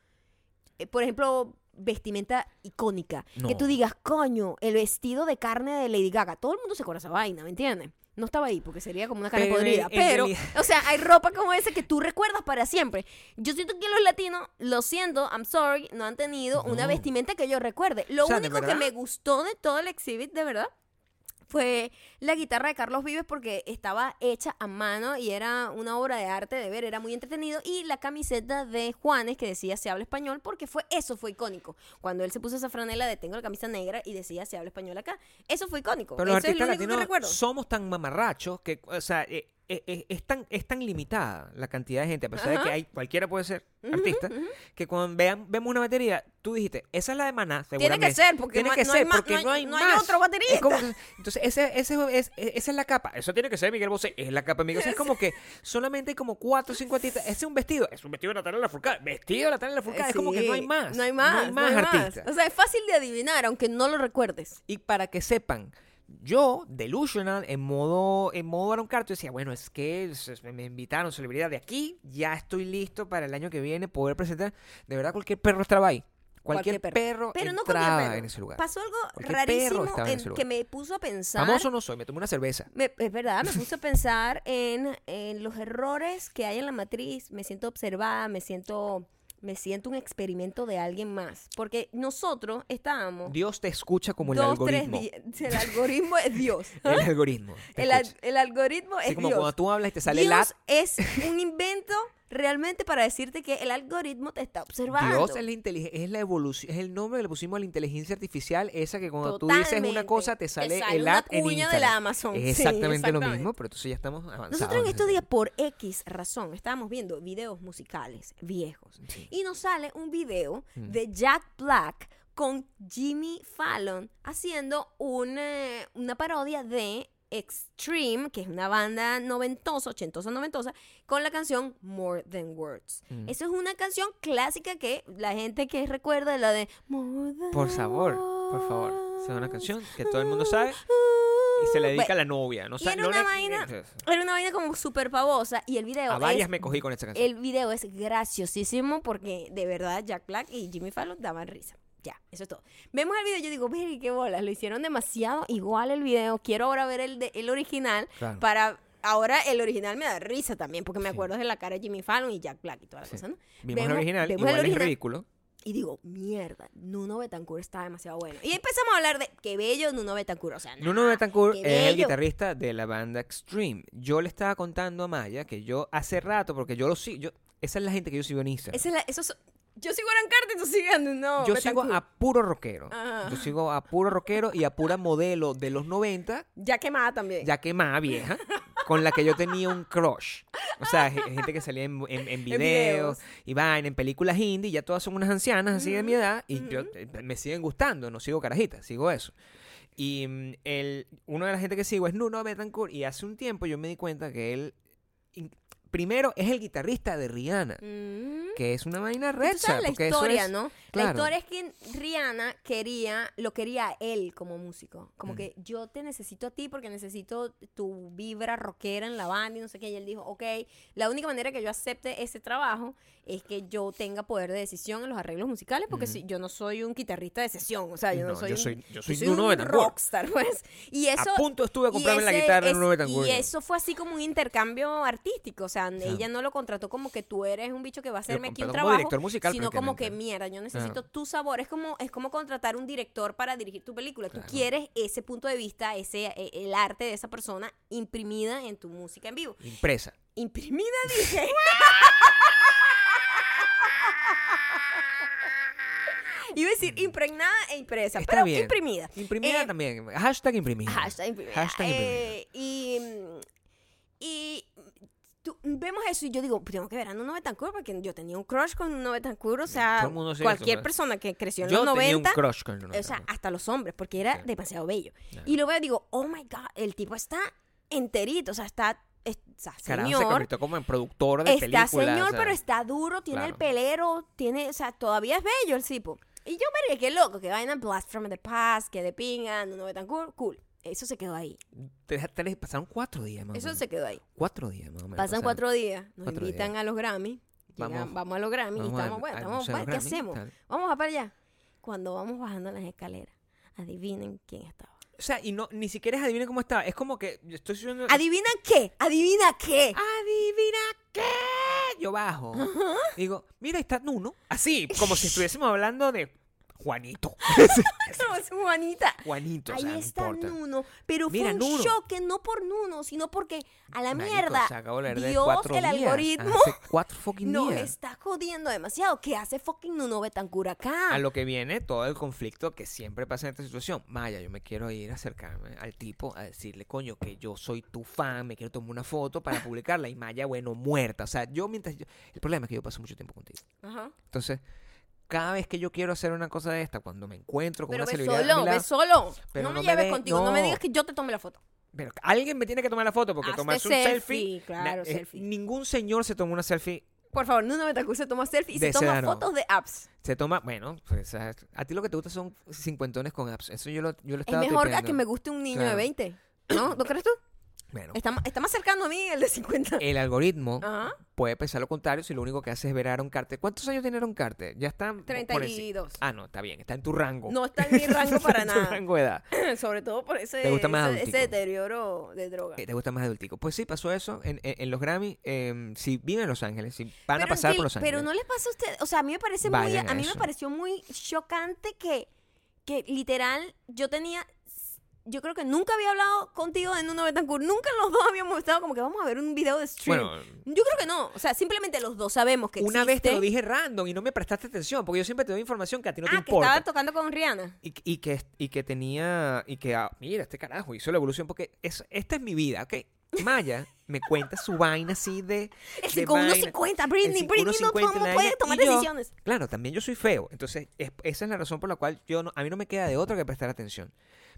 eh, por ejemplo, vestimenta icónica. Que No. tú digas, coño, el vestido de carne de Lady Gaga. Todo el mundo se acuerda de esa vaina, ¿me entiendes? No estaba ahí porque sería como una carne Pero, podrida. en Pero, realidad- o sea, hay ropa como esa que tú recuerdas para siempre. Yo siento que los latinos, lo siento, I'm sorry, no han tenido una No. vestimenta que yo recuerde. Lo O sea, ¿de único que verdad? me gustó de todo el exhibit, de verdad, fue la guitarra de Carlos Vives porque estaba hecha a mano y era una obra de arte de ver, era muy entretenido. Y la camiseta de Juanes que decía se habla español porque fue eso fue icónico. Cuando él se puso esa franela de tengo la camisa negra y decía se habla español acá, eso fue icónico. Pero los eso es lo artistas único que recuerdo. latinos somos tan mamarrachos que, o sea, eh, eh, eh, es, tan, es tan limitada la cantidad de gente, a pesar de Ajá. que hay, cualquiera puede ser artista, que cuando vean, vemos una batería, tú dijiste, esa es la de Maná, Tiene seguramente. que ser, porque Tiene no- que no ser, hay ma- porque no hay- no hay más. otro baterista. Es como que- entonces, ese, ese es- es- esa es la capa. Eso tiene que ser Miguel Bosé, es la capa de Miguel Bosé. Es como que solamente hay como cuatro o cinco artistas. Ese es un vestido, es un vestido de Natalia Lafourcade, vestido de Natalia Lafourcade. Es como que no hay Eh, Sí, más. No hay más. No hay más artistas. O sea, es fácil de adivinar, aunque no lo recuerdes. Y para que sepan, yo, delusional, en modo, en modo Aaron Carter, decía, bueno, es que se- se- me invitaron celebridad de aquí, ya estoy listo para el año que viene poder presentar. De verdad, cualquier perro estaba ahí. Cualquier, perro Pero no entraba cualquier perro. en ese lugar. Pasó algo Cualquier perro rarísimo estaba en ese en- lugar. que me puso a pensar. Famoso no soy, me tomé una cerveza. Me- es verdad, me puse a pensar en, en los errores que hay en la matriz. Me siento observada, me siento, me siento un experimento de alguien más. Porque nosotros estábamos Dios te escucha como el dos, algoritmo. tres días. El algoritmo es Dios. El algoritmo. te El, al- escucha. el algoritmo es Así como Dios. cuando tú hablas y te sale el ad, Dios es un invento realmente para decirte que el algoritmo te está observando. Dios es la, inteligen- es la evolución, es el nombre que le pusimos a la inteligencia artificial, esa que cuando tú dices una Totalmente. cosa te Te sale, sale el una ad en cuña de la Instagram. Amazon. Es Sí, exactamente, lo exactamente. mismo, pero entonces ya estamos avanzados. Nosotros en ese estos días, tema. por X razón, estábamos viendo videos musicales viejos. Sí. Mm. Y nos sale un video de Jack Black con Jimmy Fallon haciendo una, una parodia de Extreme, que es una banda noventosa, ochentosa, noventosa, con la canción More Than Words. Mm. Eso es una canción clásica que la gente que recuerda la de More Than Por favor, por favor, sea una canción que todo el mundo sabe y se la dedica a la novia. No, y sa- era no una le- vaina- Era una vaina como súper pavosa y el video A varias es me cogí con esa canción. el video es graciosísimo porque de verdad Jack Black y Jimmy Fallon daban risa. Ya, eso es todo. Vemos el video y yo digo, "Mire, qué bolas, lo hicieron demasiado igual el video. Quiero ahora ver el, de, el original Claro. para... Ahora el original me da risa también porque me acuerdo de la cara de Jimmy Fallon y Jack Black y toda la Sí. cosa, ¿no? Vimos vemos- el original, vemos el igual es original. ridículo. Y digo, mierda, Nuno Betancourt está demasiado bueno. Y empezamos a hablar de qué bello Nuno Betancourt. O sea, Nuno Betancourt Ah, qué es el bello. guitarrista de la banda Extreme. Yo le estaba contando a Maya que yo hace rato, porque yo lo sigo, yo- esa es la gente que yo sigo en Instagram. Esa es la, eso es- yo sigo a Carter y tú sigues a Nuno yo sigo Betancourt. a puro rockero. Ah. Yo sigo a puro rockero y a pura modelo de los 90 Ya quemada también. ya quemada vieja, con la que yo tenía un crush. O sea, ge- gente que salía en, en- en videos, videos. y van en películas indie, ya todas son unas ancianas así de mi edad, y yo, eh, me siguen gustando, no sigo carajitas, sigo eso. Y mm, el, una de la gente que sigo es Nuno Betancourt, y hace un tiempo yo me di cuenta que él, in- primero, es el guitarrista de Rihanna, Mm. que es una vaina Y tú recha. sabes la porque eso historia, es- ¿no? claro. La historia es que Rihanna quería, lo quería a él como músico. Mm. Como que yo te necesito a ti porque necesito tu vibra rockera en la banda y no sé qué. Y él dijo, ok, la única manera que yo acepte ese trabajo es que yo tenga poder de decisión en los arreglos musicales porque si, yo no soy un guitarrista de sesión. O sea, Ah, yo no, No, soy, yo un, soy- yo soy un Nuno Betancourt. rockstar, pues. Y eso... a punto estuve a y comprarme la ese guitarra es- en Nuno Betancourt. Y eso fue así como un intercambio artístico. O sea, ella no lo contrató como que tú eres un bicho que va a hacerme aquí un contrató como trabajo. director musical, sino como que prácticamente. mierda, yo necesito Claro. tu sabor. Es como, es como contratar un director para dirigir tu película. Claro. Tú quieres ese punto de vista, ese, eh, el arte de esa persona imprimida en tu música en vivo. Impresa. Imprimida, dije. Iba a decir impregnada e impresa, Está pero bien. imprimida. Imprimida Eh, también. Hashtag imprimida. Hashtag imprimida. Hashtag imprimida. Eh, mm, y, y tú, vemos eso y yo digo, "Pues tengo que ver a Nuno Betancourt porque yo tenía un crush con Nuno Betancourt, o Todo sea, el mundo hace eso, cualquier ¿no? persona que creció en Yo los 90, tenía un crush con Jonathan o sea, Ross. hasta los hombres, porque era Sí. demasiado bello. Y luego digo, oh my god, el tipo está enterito, o sea, está, es- o sea, Carajo, se ah, señor, convirtió como en productor de está películas. señor, o sea, pero está duro, tiene el claro. pelero, tiene, o sea, todavía es bello el tipo. Y yo, verga, qué loco, que vaina Blast from the Past, que de pinga, Nuno Betancourt, cool. Eso se quedó ahí. tres- tres- pasaron cuatro días, más o Eso menos. se quedó ahí. Cuatro días, más o menos. Pasan cuatro días, nos cuatro invitan días. a los Grammy. Llegamos- Vamos- Vamos, a los Grammy y vamos estamos, al- bueno, al estamos, Museo de bueno, ¿qué los Grammy, hacemos? tal. Vamos a para allá. Cuando vamos bajando las escaleras, adivinen quién estaba. O sea, y no, ni siquiera adivinen cómo estaba. Es como que yo estoy subiendo. ¿Adivinan qué? ¿Adivina qué? ¿Adivina qué? Yo bajo. Digo, mira, ahí está Nuno. Así, como si estuviésemos hablando de Juanito. Como su Ah, Juanita. Juanito, o Ahí sea, ah, no está importa. Nuno, pero Mira, fue un Nuno. choque no por Nuno, sino porque a la Marico, mierda se acabó de leer de Dios, cuatro el días. algoritmo Hace cuatro fucking nos días. está jodiendo demasiado. ¿Qué hace fucking Nuno Betancur acá? A lo que viene todo el conflicto que siempre pasa en esta situación. Maya, yo me quiero ir a acercarme al tipo a decirle, coño, que yo soy tu fan, me quiero tomar una foto para publicarla. Y Maya, bueno, muerta. O sea, yo mientras. yo- El problema es que yo paso mucho tiempo contigo. Ajá. Entonces, cada vez que yo quiero hacer una cosa de esta, cuando me encuentro con Pero una ve celebridad. a mi solo, ve lado- solo. Pero no me no me lleves ve- contigo, no. me no. digas que yo te tome la foto. Pero alguien me tiene que tomar la foto porque Hazte tomarse un selfie. selfie, claro, na- eh, selfie. Ningún señor se toma una selfie. Por favor, Nuno Betancourt se toma selfie y De se toma Sedano. fotos de apps. Se toma, bueno, pues, a, a ti lo que te gusta son cincuentones con apps. Eso yo lo, yo Es lo estaba mejor a tripeando. que me guste un niño de Claro. 20. ¿No? ¿Lo crees tú? Bueno, Está, ma- está más cercano a mí el de 50. el algoritmo Ajá. puede pensar lo contrario si lo único que hace es ver a Aaron Carter. ¿Cuántos años tiene Aaron Carter? Ya está. por encima. 32. Ah, no, está bien, está en tu rango. No está en mi rango para Está en tu nada. rango de edad. Sobre todo por ese, Te gusta más ese, adultico. ese deterioro de droga. Eh, ¿Te gusta más adultico? Pues sí, pasó eso en, en- en los Grammy. eh, si viven en Los Ángeles, si van a Pero pasar que- por Los Ángeles. Pero no les pasa a ustedes. O sea, a mí me parece muy. Vayan A a mí me eso. pareció muy chocante que, que literal yo tenía. Yo creo que nunca había hablado contigo de Nuno Betancourt. Nunca los dos habíamos estado como que vamos a ver un video de stream. Bueno, yo creo que no. O sea, simplemente los dos sabemos que Una vez te existe. lo dije random y no me prestaste atención, porque yo siempre te doy información que a ti no te ah, que importa. estaba tocando con Rihanna. y, y que, y que tenía, y que, ah, mira, este carajo hizo la evolución, porque es, esta es mi vida, ¿ok? Maya me cuenta su vaina así de... El de 5150, vaina, Britney, el Britney no, 5150 no y la puede vaina, tomar y yo, decisiones. Claro, también yo soy feo, entonces es- esa es la razón por la cual yo no- a mí no me queda de otra que prestar atención.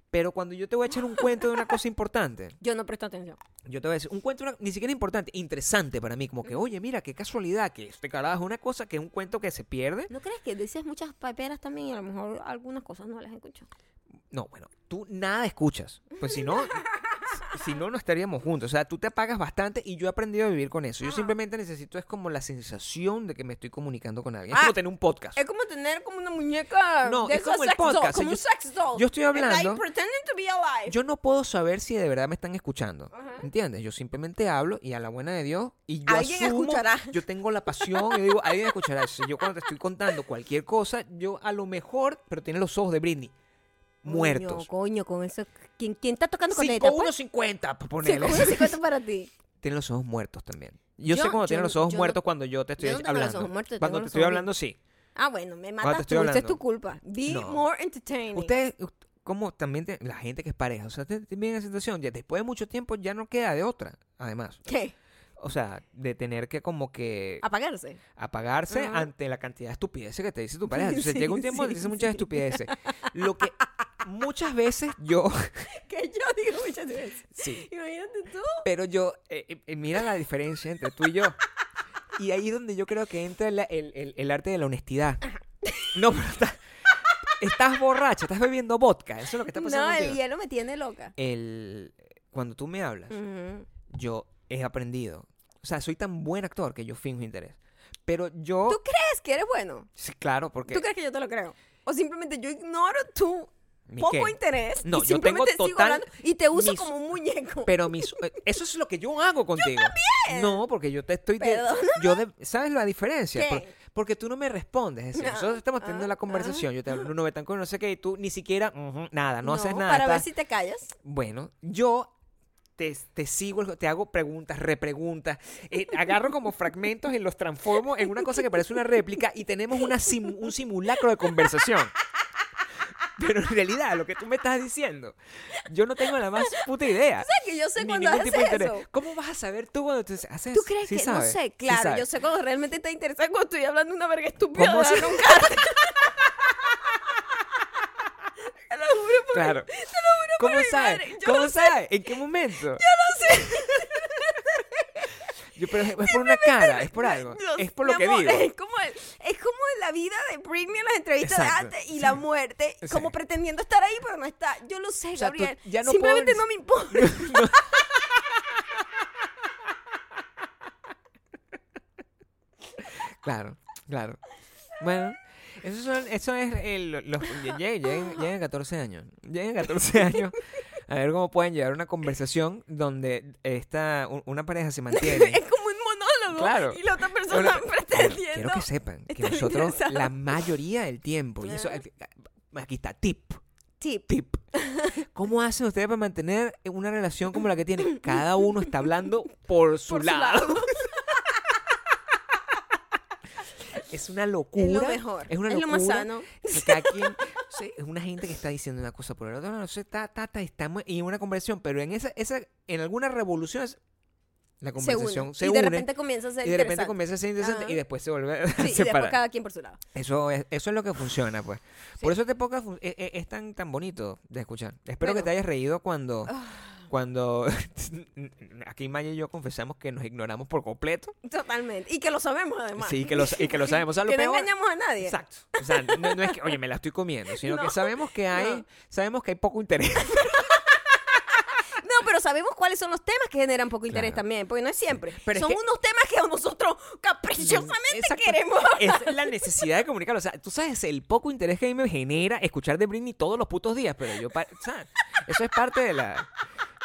Pero cuando yo te voy a echar un cuento de una cosa importante, Yo no presto atención. yo te voy a decir, un cuento una- ni siquiera importante, interesante para mí, como que, oye, mira, qué casualidad, que este carajo es una cosa que es un cuento que se pierde ¿No crees que decías muchas paperas también y a lo mejor algunas cosas no las escucho? No, bueno, tú nada escuchas. Pues si no, si no, no estaríamos juntos. O sea, tú te apagas bastante y yo he aprendido a vivir con eso. Yo Ah. simplemente necesito, es como la sensación de que me estoy comunicando con alguien. Es Ah. como tener un podcast. Es como tener como una muñeca No, de es esos como el sex dolls, podcast, como yo- un sex doll. yo estoy hablando- Like pretending to be alive. Yo no puedo saber si de verdad me están escuchando. Ajá. ¿Entiendes? Yo simplemente hablo y a la buena de Dios. Y yo Alguien asumo, escuchará. Yo tengo la pasión y digo, alguien escuchará. Si yo cuando te estoy contando cualquier cosa, yo a lo mejor, pero tiene los ojos de Britney. Muertos. Coño, coño, con eso. ¿Quién, quién está tocando con ella? Pues, 5150, para ponerle. para ti. tiene los ojos muertos también. Yo, Yo- sé cuando yo tiene no- los ojos yo no- muertos cuando yo te estoy yo no tengo los hablando. ojos muertos, cuando tengo te los estoy ojos hablando, sí. Ah, bueno, me te matas estoy tú. Esa es hablando. tu culpa. Be No. more entertaining. Ustedes, ust- como también te- la gente que es pareja, o sea, ustedes tienen esa situación, ya después de mucho tiempo ya no queda de otra, además. ¿Qué? O sea, de tener que como que Apagarse. apagarse Ah, Ajá. ante la cantidad de estupideces que te dice tu pareja. Entonces Sí, llega un tiempo donde sí, dices muchas estupideces. Lo que muchas veces yo... Que yo digo muchas veces. sí. Imagínate tú. Pero yo, eh, eh, mira la diferencia entre tú y yo. Y ahí es donde yo creo que entra la- el, el- el arte de la honestidad. No, pero está- estás borracha, estás bebiendo vodka. Eso es lo que está pasando. No, el Mm. contigo. hielo me tiene loca. El- cuando tú me hablas, Ujú. yo he aprendido. O sea, soy tan buen actor que yo finjo interés. Pero yo... ¿Tú crees que eres bueno? Sí, claro, porque... ¿Tú crees que yo te lo creo? O simplemente yo ignoro tu ¿Mi poco qué? interés No, y yo simplemente tengo sigo total- hablando y te uso mis- como un muñeco. Pero mis, eh, eso es lo que yo hago contigo. No, porque yo te estoy. de- Perdóname. yo de- ¿Sabes la ¿Qué? diferencia? Por- porque tú no me respondes. Es decir, No. nosotros estamos teniendo Ah, la conversación. Yo te hablo, Nuno Betancourt, no sé qué, y tú ni siquiera. ujú, nada, no, haces nada. Para ver estás- si te callas. Bueno, yo. Te, te sigo, el- te hago preguntas, repreguntas, eh, agarro como fragmentos y los transformo en una cosa que parece una réplica y tenemos una sim- un simulacro de conversación. Pero en realidad, lo que tú me estás diciendo, yo no tengo la más puta idea. ¿Sabes que yo sé ni cuando ningún haces tipo de interés. eso? ¿Cómo vas a saber tú cuando tú haces eso? ¿Tú crees Sí que sabes, no sé? sí Claro, yo sabes. sé cuando realmente te interesa cuando estoy hablando una verga estúpida ¿Cómo de se- nunca. Te lo juro por Claro. ¿Cómo mi sabes? madre, yo ¿Cómo no sé. sabes? ¿En qué momento? Yo no sé. pero es, es por una cara, es por algo. Dios, es por lo mi que amor, digo. Es como, el- es como la vida de Britney en las entrevistas Exacto, de antes y la muerte, sí. como pretendiendo estar ahí, pero no está. Yo lo sé, sea, tú Gabriel. ya no Simplemente puedo no me importa. Claro, claro. Bueno, eso, son- eso es el, los lle- lle- lleguen, lleguen a 14 años. Lleguen a 14 años. A ver cómo pueden llevar una conversación donde esta, un- una pareja se mantiene. es como un monólogo. Claro. Y la otra persona Ahora, pretendiendo. eh, Quiero que sepan que estar nosotros interesado. la mayoría del tiempo, y eso eh, Claro. aquí está, tip, Tip. tip. ¿Cómo hacen ustedes para mantener una relación como la que tienen? Cada uno está hablando por su, Por su lado. lado. Es una locura. Es lo mejor. Es una lo locura. más sano. que cada quien- o sea, es una gente que está diciendo una cosa por el otro, no, no sé, está, está, está, estamos en una conversación, pero en esa, esa, en alguna revolución es- la Se conversación une. se y une, de repente comienza a ser y de repente interesante. comienza a ser interesante y Ajá. después se vuelve a Sí, y después separar. cada quien por su lado. Eso es, eso es lo que funciona, pues. Sí. Por eso este podcast fun- e- e- es, tan, tan bonito de escuchar. Bueno. Espero Ah. que te hayas reído cuando, cuando aquí Maya y yo confesamos que nos ignoramos por completo. Totalmente. Y que lo sabemos además. Sí, que lo, sa- y que lo sabemos. ¿Sabes lo que no peor? engañamos a nadie. Exacto. O sea, no, no es que, oye, me la estoy comiendo, sino No, que sabemos que hay, no. sabemos que hay poco interés. No, pero sabemos cuáles son los temas que generan poco interés Claro. también, porque no es siempre. Pero es son que- unos temas que nosotros caprichosamente Exacto. Eh, queremos. Es la necesidad de comunicarlo. O sea, tú sabes el poco interés que a mí me genera escuchar de Britney todos los putos días, pero yo, pa- o sea, eso es parte de la...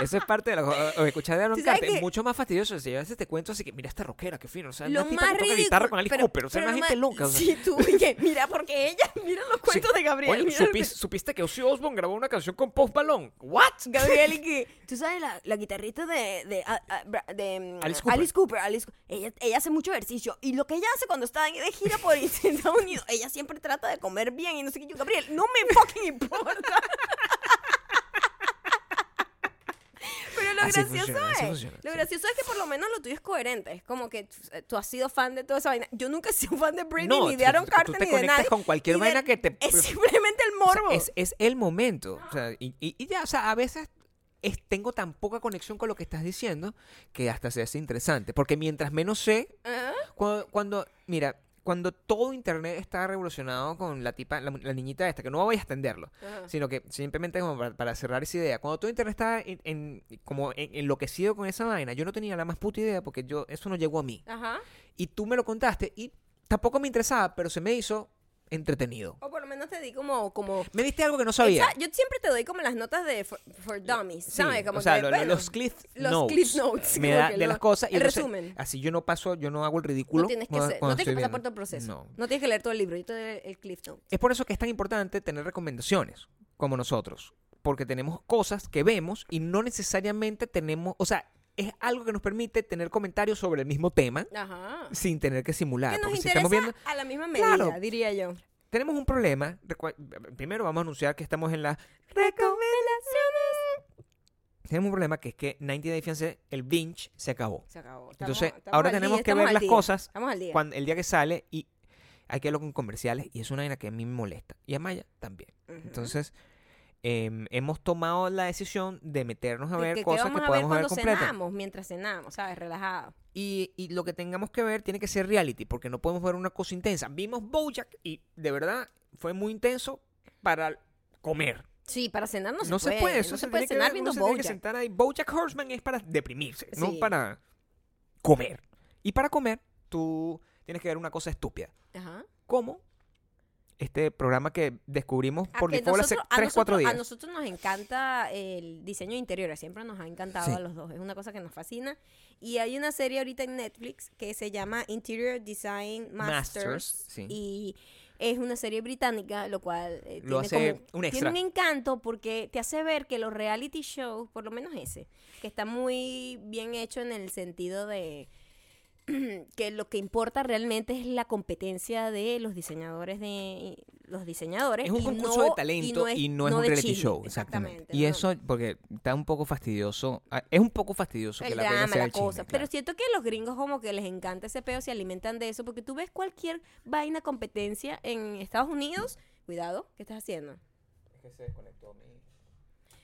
Eso es parte de la... o- o escuchar de Aaron ¿Tú sabes Carter. Es que- mucho más fastidioso. Si yo a veces te cuento así que, mira esta rockera, qué fino. O sea, Lo una tipa que más toca ridículo. guitarra con Alice Cooper. O sea, pero una lo gente más- loca. o sea. Sí, tú, oye, mira, porque ella, mira los cuentos de Gabriel. Oye, mira lo que- supis- supiste que Ozzy Osbourne grabó una canción con Post Malone. ¿What? Gabriel y que tú sabes la, la guitarrista de, de, a- a- bra- de, mm, Alice Cooper. Alice Coo- ella, ella hace mucho ejercicio y lo que ella hace cuando está de gira por Estados Unidos ella siempre trata de comer bien y no sé qué yo Gabriel no me fucking importa pero lo Así gracioso funciona, así es funciona, lo sí. gracioso es que por lo menos lo tuyo es coherente es como que tú, eh, tú has sido fan de toda esa vaina yo nunca he sido fan de Britney No, ni tú- de Aaron tú- tú Carter te ni de conectas nadie con cualquier y de- vaina que te- es simplemente el O sea, morbo es, es el momento. O sea, y, y- y ya, o sea, a veces es- tengo tan poca conexión con lo que estás diciendo que hasta se hace interesante. Porque mientras menos sé, ¿Ah? cuando, cuando- mira, cuando todo internet está revolucionado con la tipa, la, la niñita esta, que no voy a extenderlo, Ajá. sino que simplemente como para, para cerrar esa idea, cuando todo internet estaba en- en- como en- enloquecido con esa vaina, yo no tenía la más puta idea porque yo, eso no llegó a mí. ajá Y tú me lo contaste y tampoco me interesaba, pero se me hizo entretenido. O por lo menos te di como... como Me diste algo que no sabía. Esa- yo siempre te doy como las notas de For, for Dummies, Sí, ¿sabes? Como o sea, que, lo- lo- bueno, los cliff los notes. cliff notes, Me como da que de lo- las cosas. Y el entonces, resumen. así yo no paso, yo no hago el ridículo. no tienes que, cuando- ser, no cuando tienes que estoy pasar por viendo. todo el proceso. No. No. tienes que leer todo el libro, yo te doy el cliff note. Es por eso que es tan importante tener recomendaciones como nosotros. Porque tenemos cosas que vemos y no necesariamente tenemos. O sea, es algo que nos permite tener comentarios sobre el mismo tema Ajá. sin tener que simular. que nos porque si interesa estamos viendo. a la misma medida, Claro. diría yo. Tenemos un problema. Recua- Primero vamos a anunciar que estamos en la. Recomendaciones. Tenemos un problema que es que 90 Day Fiancé, el binge, se acabó. Se acabó. Estamos- Entonces, estamos ahora al día, tenemos que estamos ver al las día. cosas Estamos al día. cuando el día que sale y hay que verlo con comerciales y es una vaina que a mí me molesta y a Maya también. Ujú. Entonces, em, hemos tomado la decisión de meternos a De ver que- ¿qué cosas vamos que a ver podamos ver cuando completas. cenamos, mientras cenamos, ¿sabes? Relajado. Y, y lo que tengamos que ver tiene que ser reality porque no podemos ver una cosa intensa. Vimos Bojack y de verdad fue muy intenso para comer. Sí, para cenar no, No, se, puede. eso no se, se puede tiene que cenar ver, uno viendo se tiene que Bojack. sentar ahí. Bojack Horseman es para deprimirse, Sí. no para comer. Y para comer tú tienes que ver una cosa estúpida. Ajá. como este programa que descubrimos A por que default hace nosotros- a 3, 4 nosotros- días. A nosotros nos encanta el diseño de interiores, siempre nos ha encantado Sí. a los dos, es una cosa que nos fascina. Y hay una serie ahorita en Netflix que se llama Interior Design Masters, Masters, sí. y es una serie británica, lo cual eh, Lo tiene, hace como- un tiene extra. un encanto porque te hace ver que los reality shows, por lo menos ese, que está muy bien hecho en el sentido de que lo que importa realmente es la competencia de los diseñadores de los diseñadores Es un y concurso no- de talento y no es, un de reality chisme, show, exactamente. Y ¿no? eso, porque está un poco fastidioso. ah, Es un poco fastidioso que el la pega drama, sea la el chisme, cosa. claro. Pero siento que los gringos como que les encanta ese pedo, se alimentan de eso, porque tú ves cualquier vaina competencia en Estados Unidos, cuidado, ¿qué estás haciendo?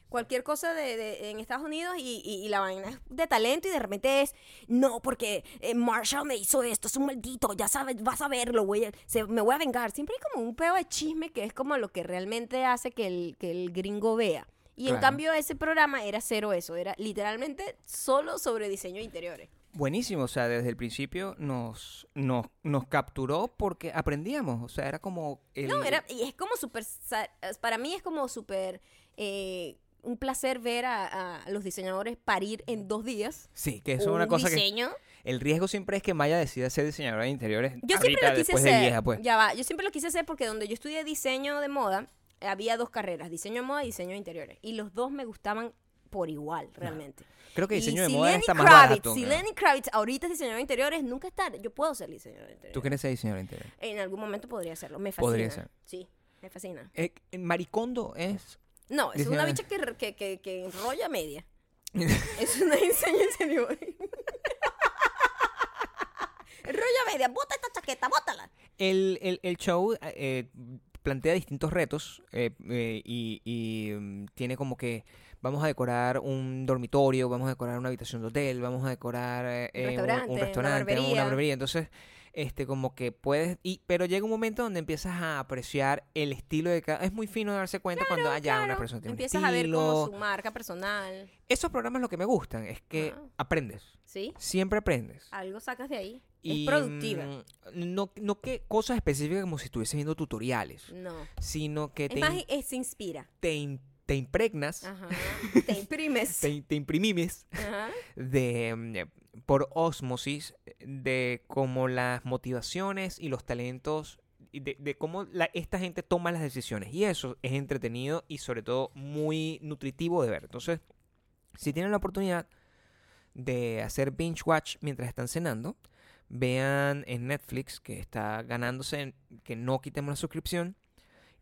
Cualquier cosa de, de- en Estados Unidos y, y- y la vaina es de talento y de repente es, no, porque eh, Marshall me hizo esto, es un maldito, ya sabes, vas a verlo, voy a- se- me voy a vengar. Siempre hay como un pedo de chisme que es como lo que realmente hace que el, que el gringo vea. Y en Claro. cambio ese programa era cero eso, era literalmente solo sobre diseño de interiores. Buenísimo, o sea, desde el principio nos, nos, nos capturó porque aprendíamos, o sea, era como... El, No, era, y es como súper, sa- para mí es como súper, eh, un placer ver a, a los diseñadores parir en dos días. Sí, que eso es un una cosa que... diseño. El riesgo siempre es que Maya decida ser diseñadora de interiores Yo siempre ahorita, lo quise después hacer. de vieja, pues. Ya va, yo siempre lo quise hacer porque donde yo estudié diseño de moda, había dos carreras, diseño de moda y diseño de interiores. Y los dos me gustaban por igual, realmente. Creo que Y diseño de si moda Lenny está más Kravitz- barato. Si ¿no? Lenny Kravitz ahorita es diseñadora de interiores, nunca es tarde. Yo puedo ser diseñadora de interiores. ¿Tú quieres ser diseñadora de interiores? En algún momento podría hacerlo. Me fascina. Podría ser. Sí, me fascina. Eh, Maricondo es... No, es una Diseñadora. bicha que, re- que, que, que enrolla media. es una diseño en serio. Enrolla media, bota esta chaqueta, bótala. El, el, el show eh, plantea distintos retos eh, eh, y, y, mm, tiene como que vamos a decorar un dormitorio, vamos a decorar una habitación de hotel, vamos a decorar eh, eh, un- restaurante, un, una restaurante, una barbería. barbería. Entonces, este como que puedes, y, pero llega un momento donde empiezas a apreciar el estilo de cada... Es muy fino darse cuenta cuando haya una Claro, persona tiene un Empiezas a ver como estilo. su marca personal, Esos programas lo que me gustan es que Ajá. aprendes, ¿sí? siempre aprendes. Algo sacas de ahí. Y, es productiva. mm, No, no que cosas específicas como si estuviese viendo tutoriales No. sino que te, Es más, Ah. im- es- se inspira. te, im- te impregnas, Ajá. Te imprimes. te, te imprimimes Ajá. de, mm, por osmosis de como las motivaciones y los talentos y de, de cómo la- esta gente toma las decisiones. Y eso es entretenido y sobre todo muy nutritivo de ver. Entonces, si tienen la oportunidad de hacer binge watch mientras están cenando, vean en Netflix que está ganándose, que no quitemos la suscripción.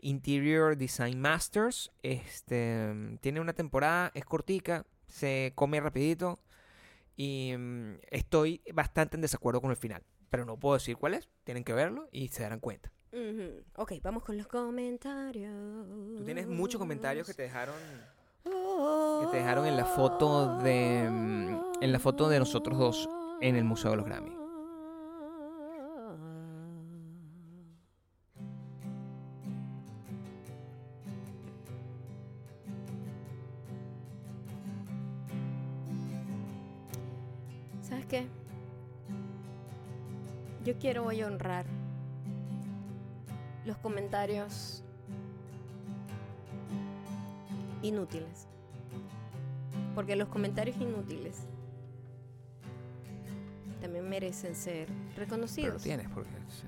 Interior Design Masters, este, tiene una temporada, es cortica, se come rapidito y mm, estoy bastante en desacuerdo con el final, pero no puedo decir cuál es, tienen que verlo y se darán cuenta. Ujú. Ok, vamos con los comentarios. Tú tienes Mm. muchos comentarios que te dejaron que te dejaron en la foto de, mm, en la foto de nosotros dos en el Museo de los Grammy. ¿Sabes qué? Yo quiero hoy honrar los comentarios inútiles. Porque los comentarios inútiles también merecen ser Pero reconocidos. lo tienes porque sí.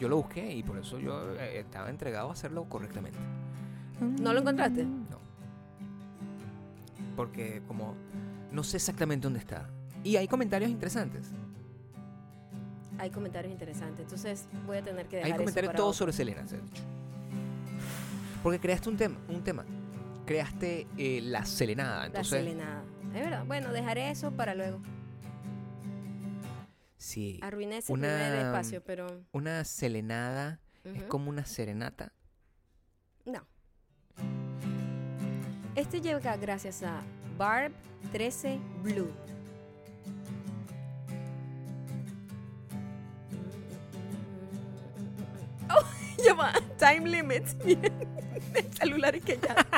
yo lo busqué y por eso yo eh, estaba entregado a hacerlo correctamente. ¿No lo encontraste? No. Porque como no sé exactamente dónde está. Y hay comentarios interesantes. Hay comentarios interesantes, entonces voy a tener que dejar Hay eso comentarios para todos otro. sobre Selena, se ha dicho. Porque creaste un tema, un tema. Creaste eh, la selenada. la Entonces, selenada. Es verdad. Bueno, dejaré eso para luego. sí. Arruiné ese Una- primer espacio, pero Una selenada es ujú. como una serenata. no. Este llega gracias a Barb 13 Blue. Oh, ya va. Time limit. Miren, el celular es que ya.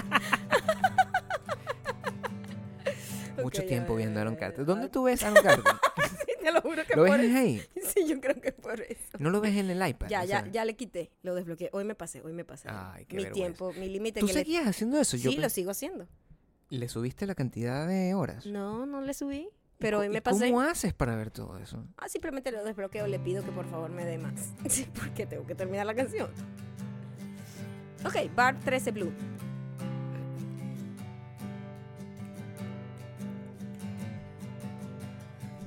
Mucho Ok, ya tiempo va, ya viendo a va, Aaron ya va, Carter. ya va. ¿Dónde tú ves a Aaron Carter? Sí, te lo juro que ¿Lo por ves eso. ahí? Sí, yo creo que por eso. ¿No lo ves en el iPad? Ya, O ya, sea, ya le quité, lo desbloqueé. Hoy me pasé, hoy me pasé. Ay, qué mi vergüenza. tiempo, mi límite ¿Tú que le- seguías haciendo eso? Yo Sí, lo pens- sigo haciendo. ¿Le subiste la cantidad de horas? No, no le subí, ¿Y pero co- hoy y me pasé. ¿Cómo haces para ver todo eso? Ah, simplemente lo desbloqueo, le pido que por favor me dé más. Sí, Porque tengo que terminar la canción. Ok, Bar 13 Blue.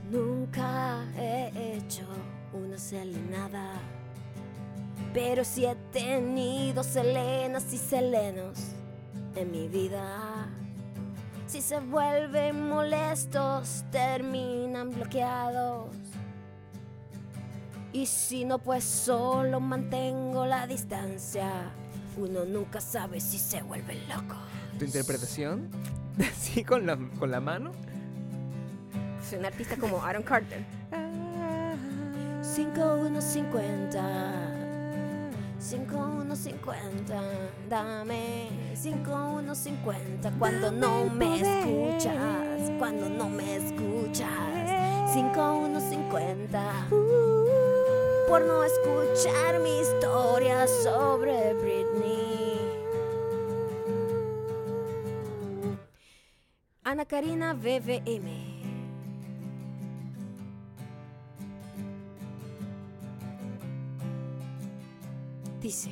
Nunca he hecho una selenada, pero sí he tenido selenas y selenos en mi vida. Si se vuelven molestos, terminan bloqueados. Y si no, pues solo mantengo la distancia. Uno nunca sabe si se vuelve loco. ¿Tu interpretación? ¿Así con la, con la mano? Soy un artista como Aaron Carter. Ah. 5150 5150 Dame 5150 Cuando no me escuchas Cuando no me escuchas 5150 Por no escuchar mi historia sobre Britney Ana Karina BBM Dice,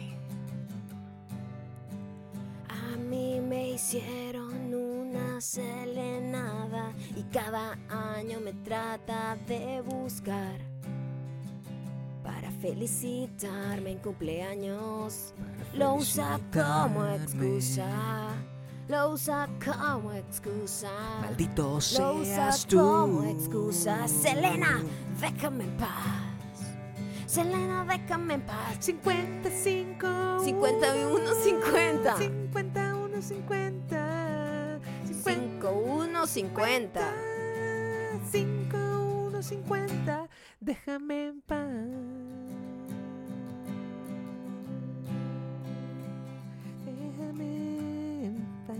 a mí me hicieron una selenada y cada año me trata de buscar para felicitarme en cumpleaños. Lo usa como felicitarme. excusa, lo usa como excusa. Maldito Lo usa seas como tú. excusa. Selena, déjame en paz. Selena, déjame en paz. 55. 51, 50. 51, 50. 51, 50. 51, 50. Déjame en paz. Déjame en paz.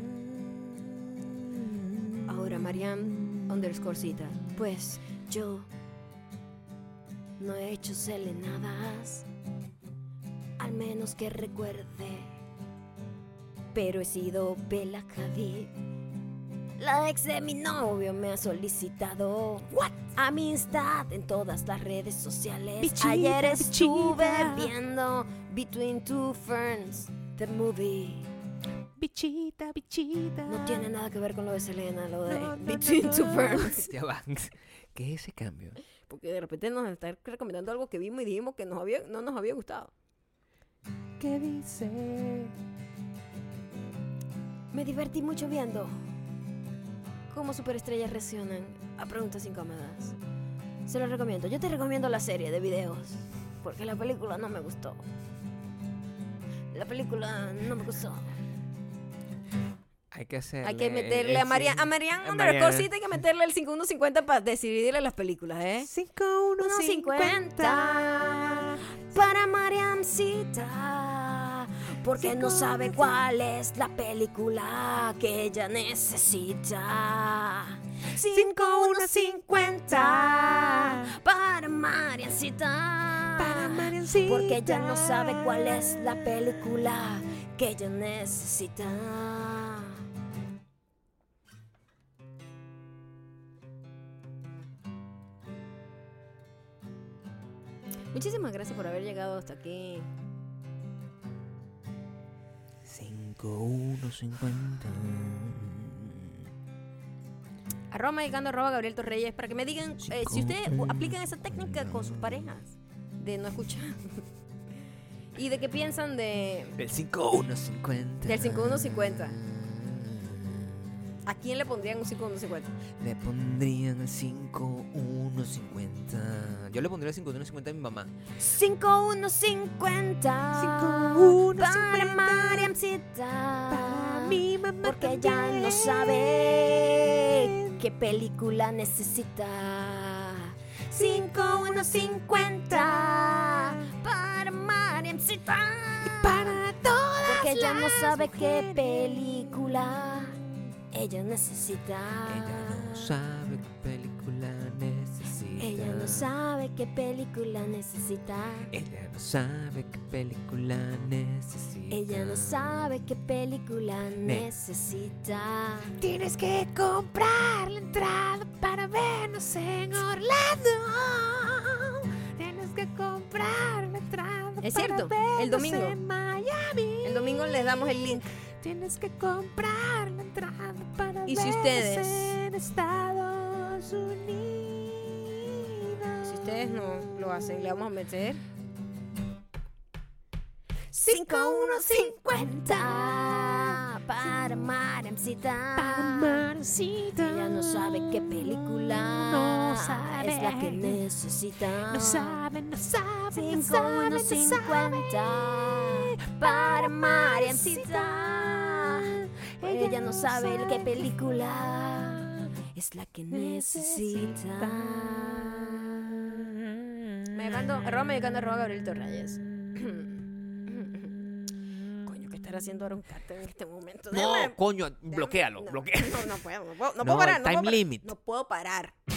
Ahora Mariam underscore cita. Pues yo no he hecho selenadas, al menos que recuerde. Pero he sido Bella Hadid. La ex de mi novio me ha solicitado amistad en todas las redes sociales. Bichita, Ayer estuve bichita. viendo Between Two Ferns, the movie. Bichita, bichita. No tiene nada que ver con lo de Selena, lo de No, no, Between no, Two no. Ferns. Ya va. ¿Qué es ese cambio? Porque de repente nos están recomendando algo que vimos y dijimos que nos había, no nos había gustado. ¿Qué dice? Me divertí mucho viendo cómo superestrellas reaccionan a preguntas incómodas. Se los recomiendo. Yo te recomiendo la serie de videos. Porque la película no me gustó. La película no me gustó. Hay que hacer. Hay que meterle a Marian. A Marian a Underscore Mariana. sí, hay que meterle el 5150 para decidirle las películas, ¿eh? 5150. para Mariamcita. Porque no sabe cuál es la película que ella necesita. 5150 para Mariamcita. Para Mariancita. Porque ella no sabe cuál es la película que ella necesita. Muchísimas gracias por haber llegado hasta aquí. 5150. Arroba Magicando, arroba Gabriel Torreyes, para que me digan eh, si ustedes u- aplican esa técnica con sus parejas de no escuchar. y de qué piensan de Del 5150. Del 5150. a quién le pondrían un 5150. Le pondrían el 5150. Yo le pondría el 5150 a mi mamá. 5150 5150. para Mariamcita. mamá. Porque ella no sabe qué película necesita. 5150 para Mariamcita. Para todas. Porque ella no sabe qué película ella necesita. Ella no sabe qué película necesita. Ella no sabe qué película necesita. Ella no sabe qué película necesita. Ella no sabe qué película necesita. Tienes que comprar la entrada para vernos en Orlando. Tienes que comprar la entrada. Es cierto, el domingo. Miami. El domingo les damos el link. Tienes que comprar la entrada para Y si ustedes en Estados Unidos. Si ustedes no lo hacen, le vamos a meter. 5150 para Maremcita. Ella no sabe qué película No sabe. es la que necesita. No sabe, no sabe, no sabe, no sabe. 5150 para Mariancita. Ella no sabe qué película es la que necesita. Me canto, Roma me canta Roma Gabriel Torreyes. Coño, ¿qué estará haciendo Aaron Carter en este momento? No, Déjame- coño, déjame- bloquealo, no, bloquea. No, no puedo, no puedo, no No, puedo parar. el no puedo time parar, limit. No puedo parar.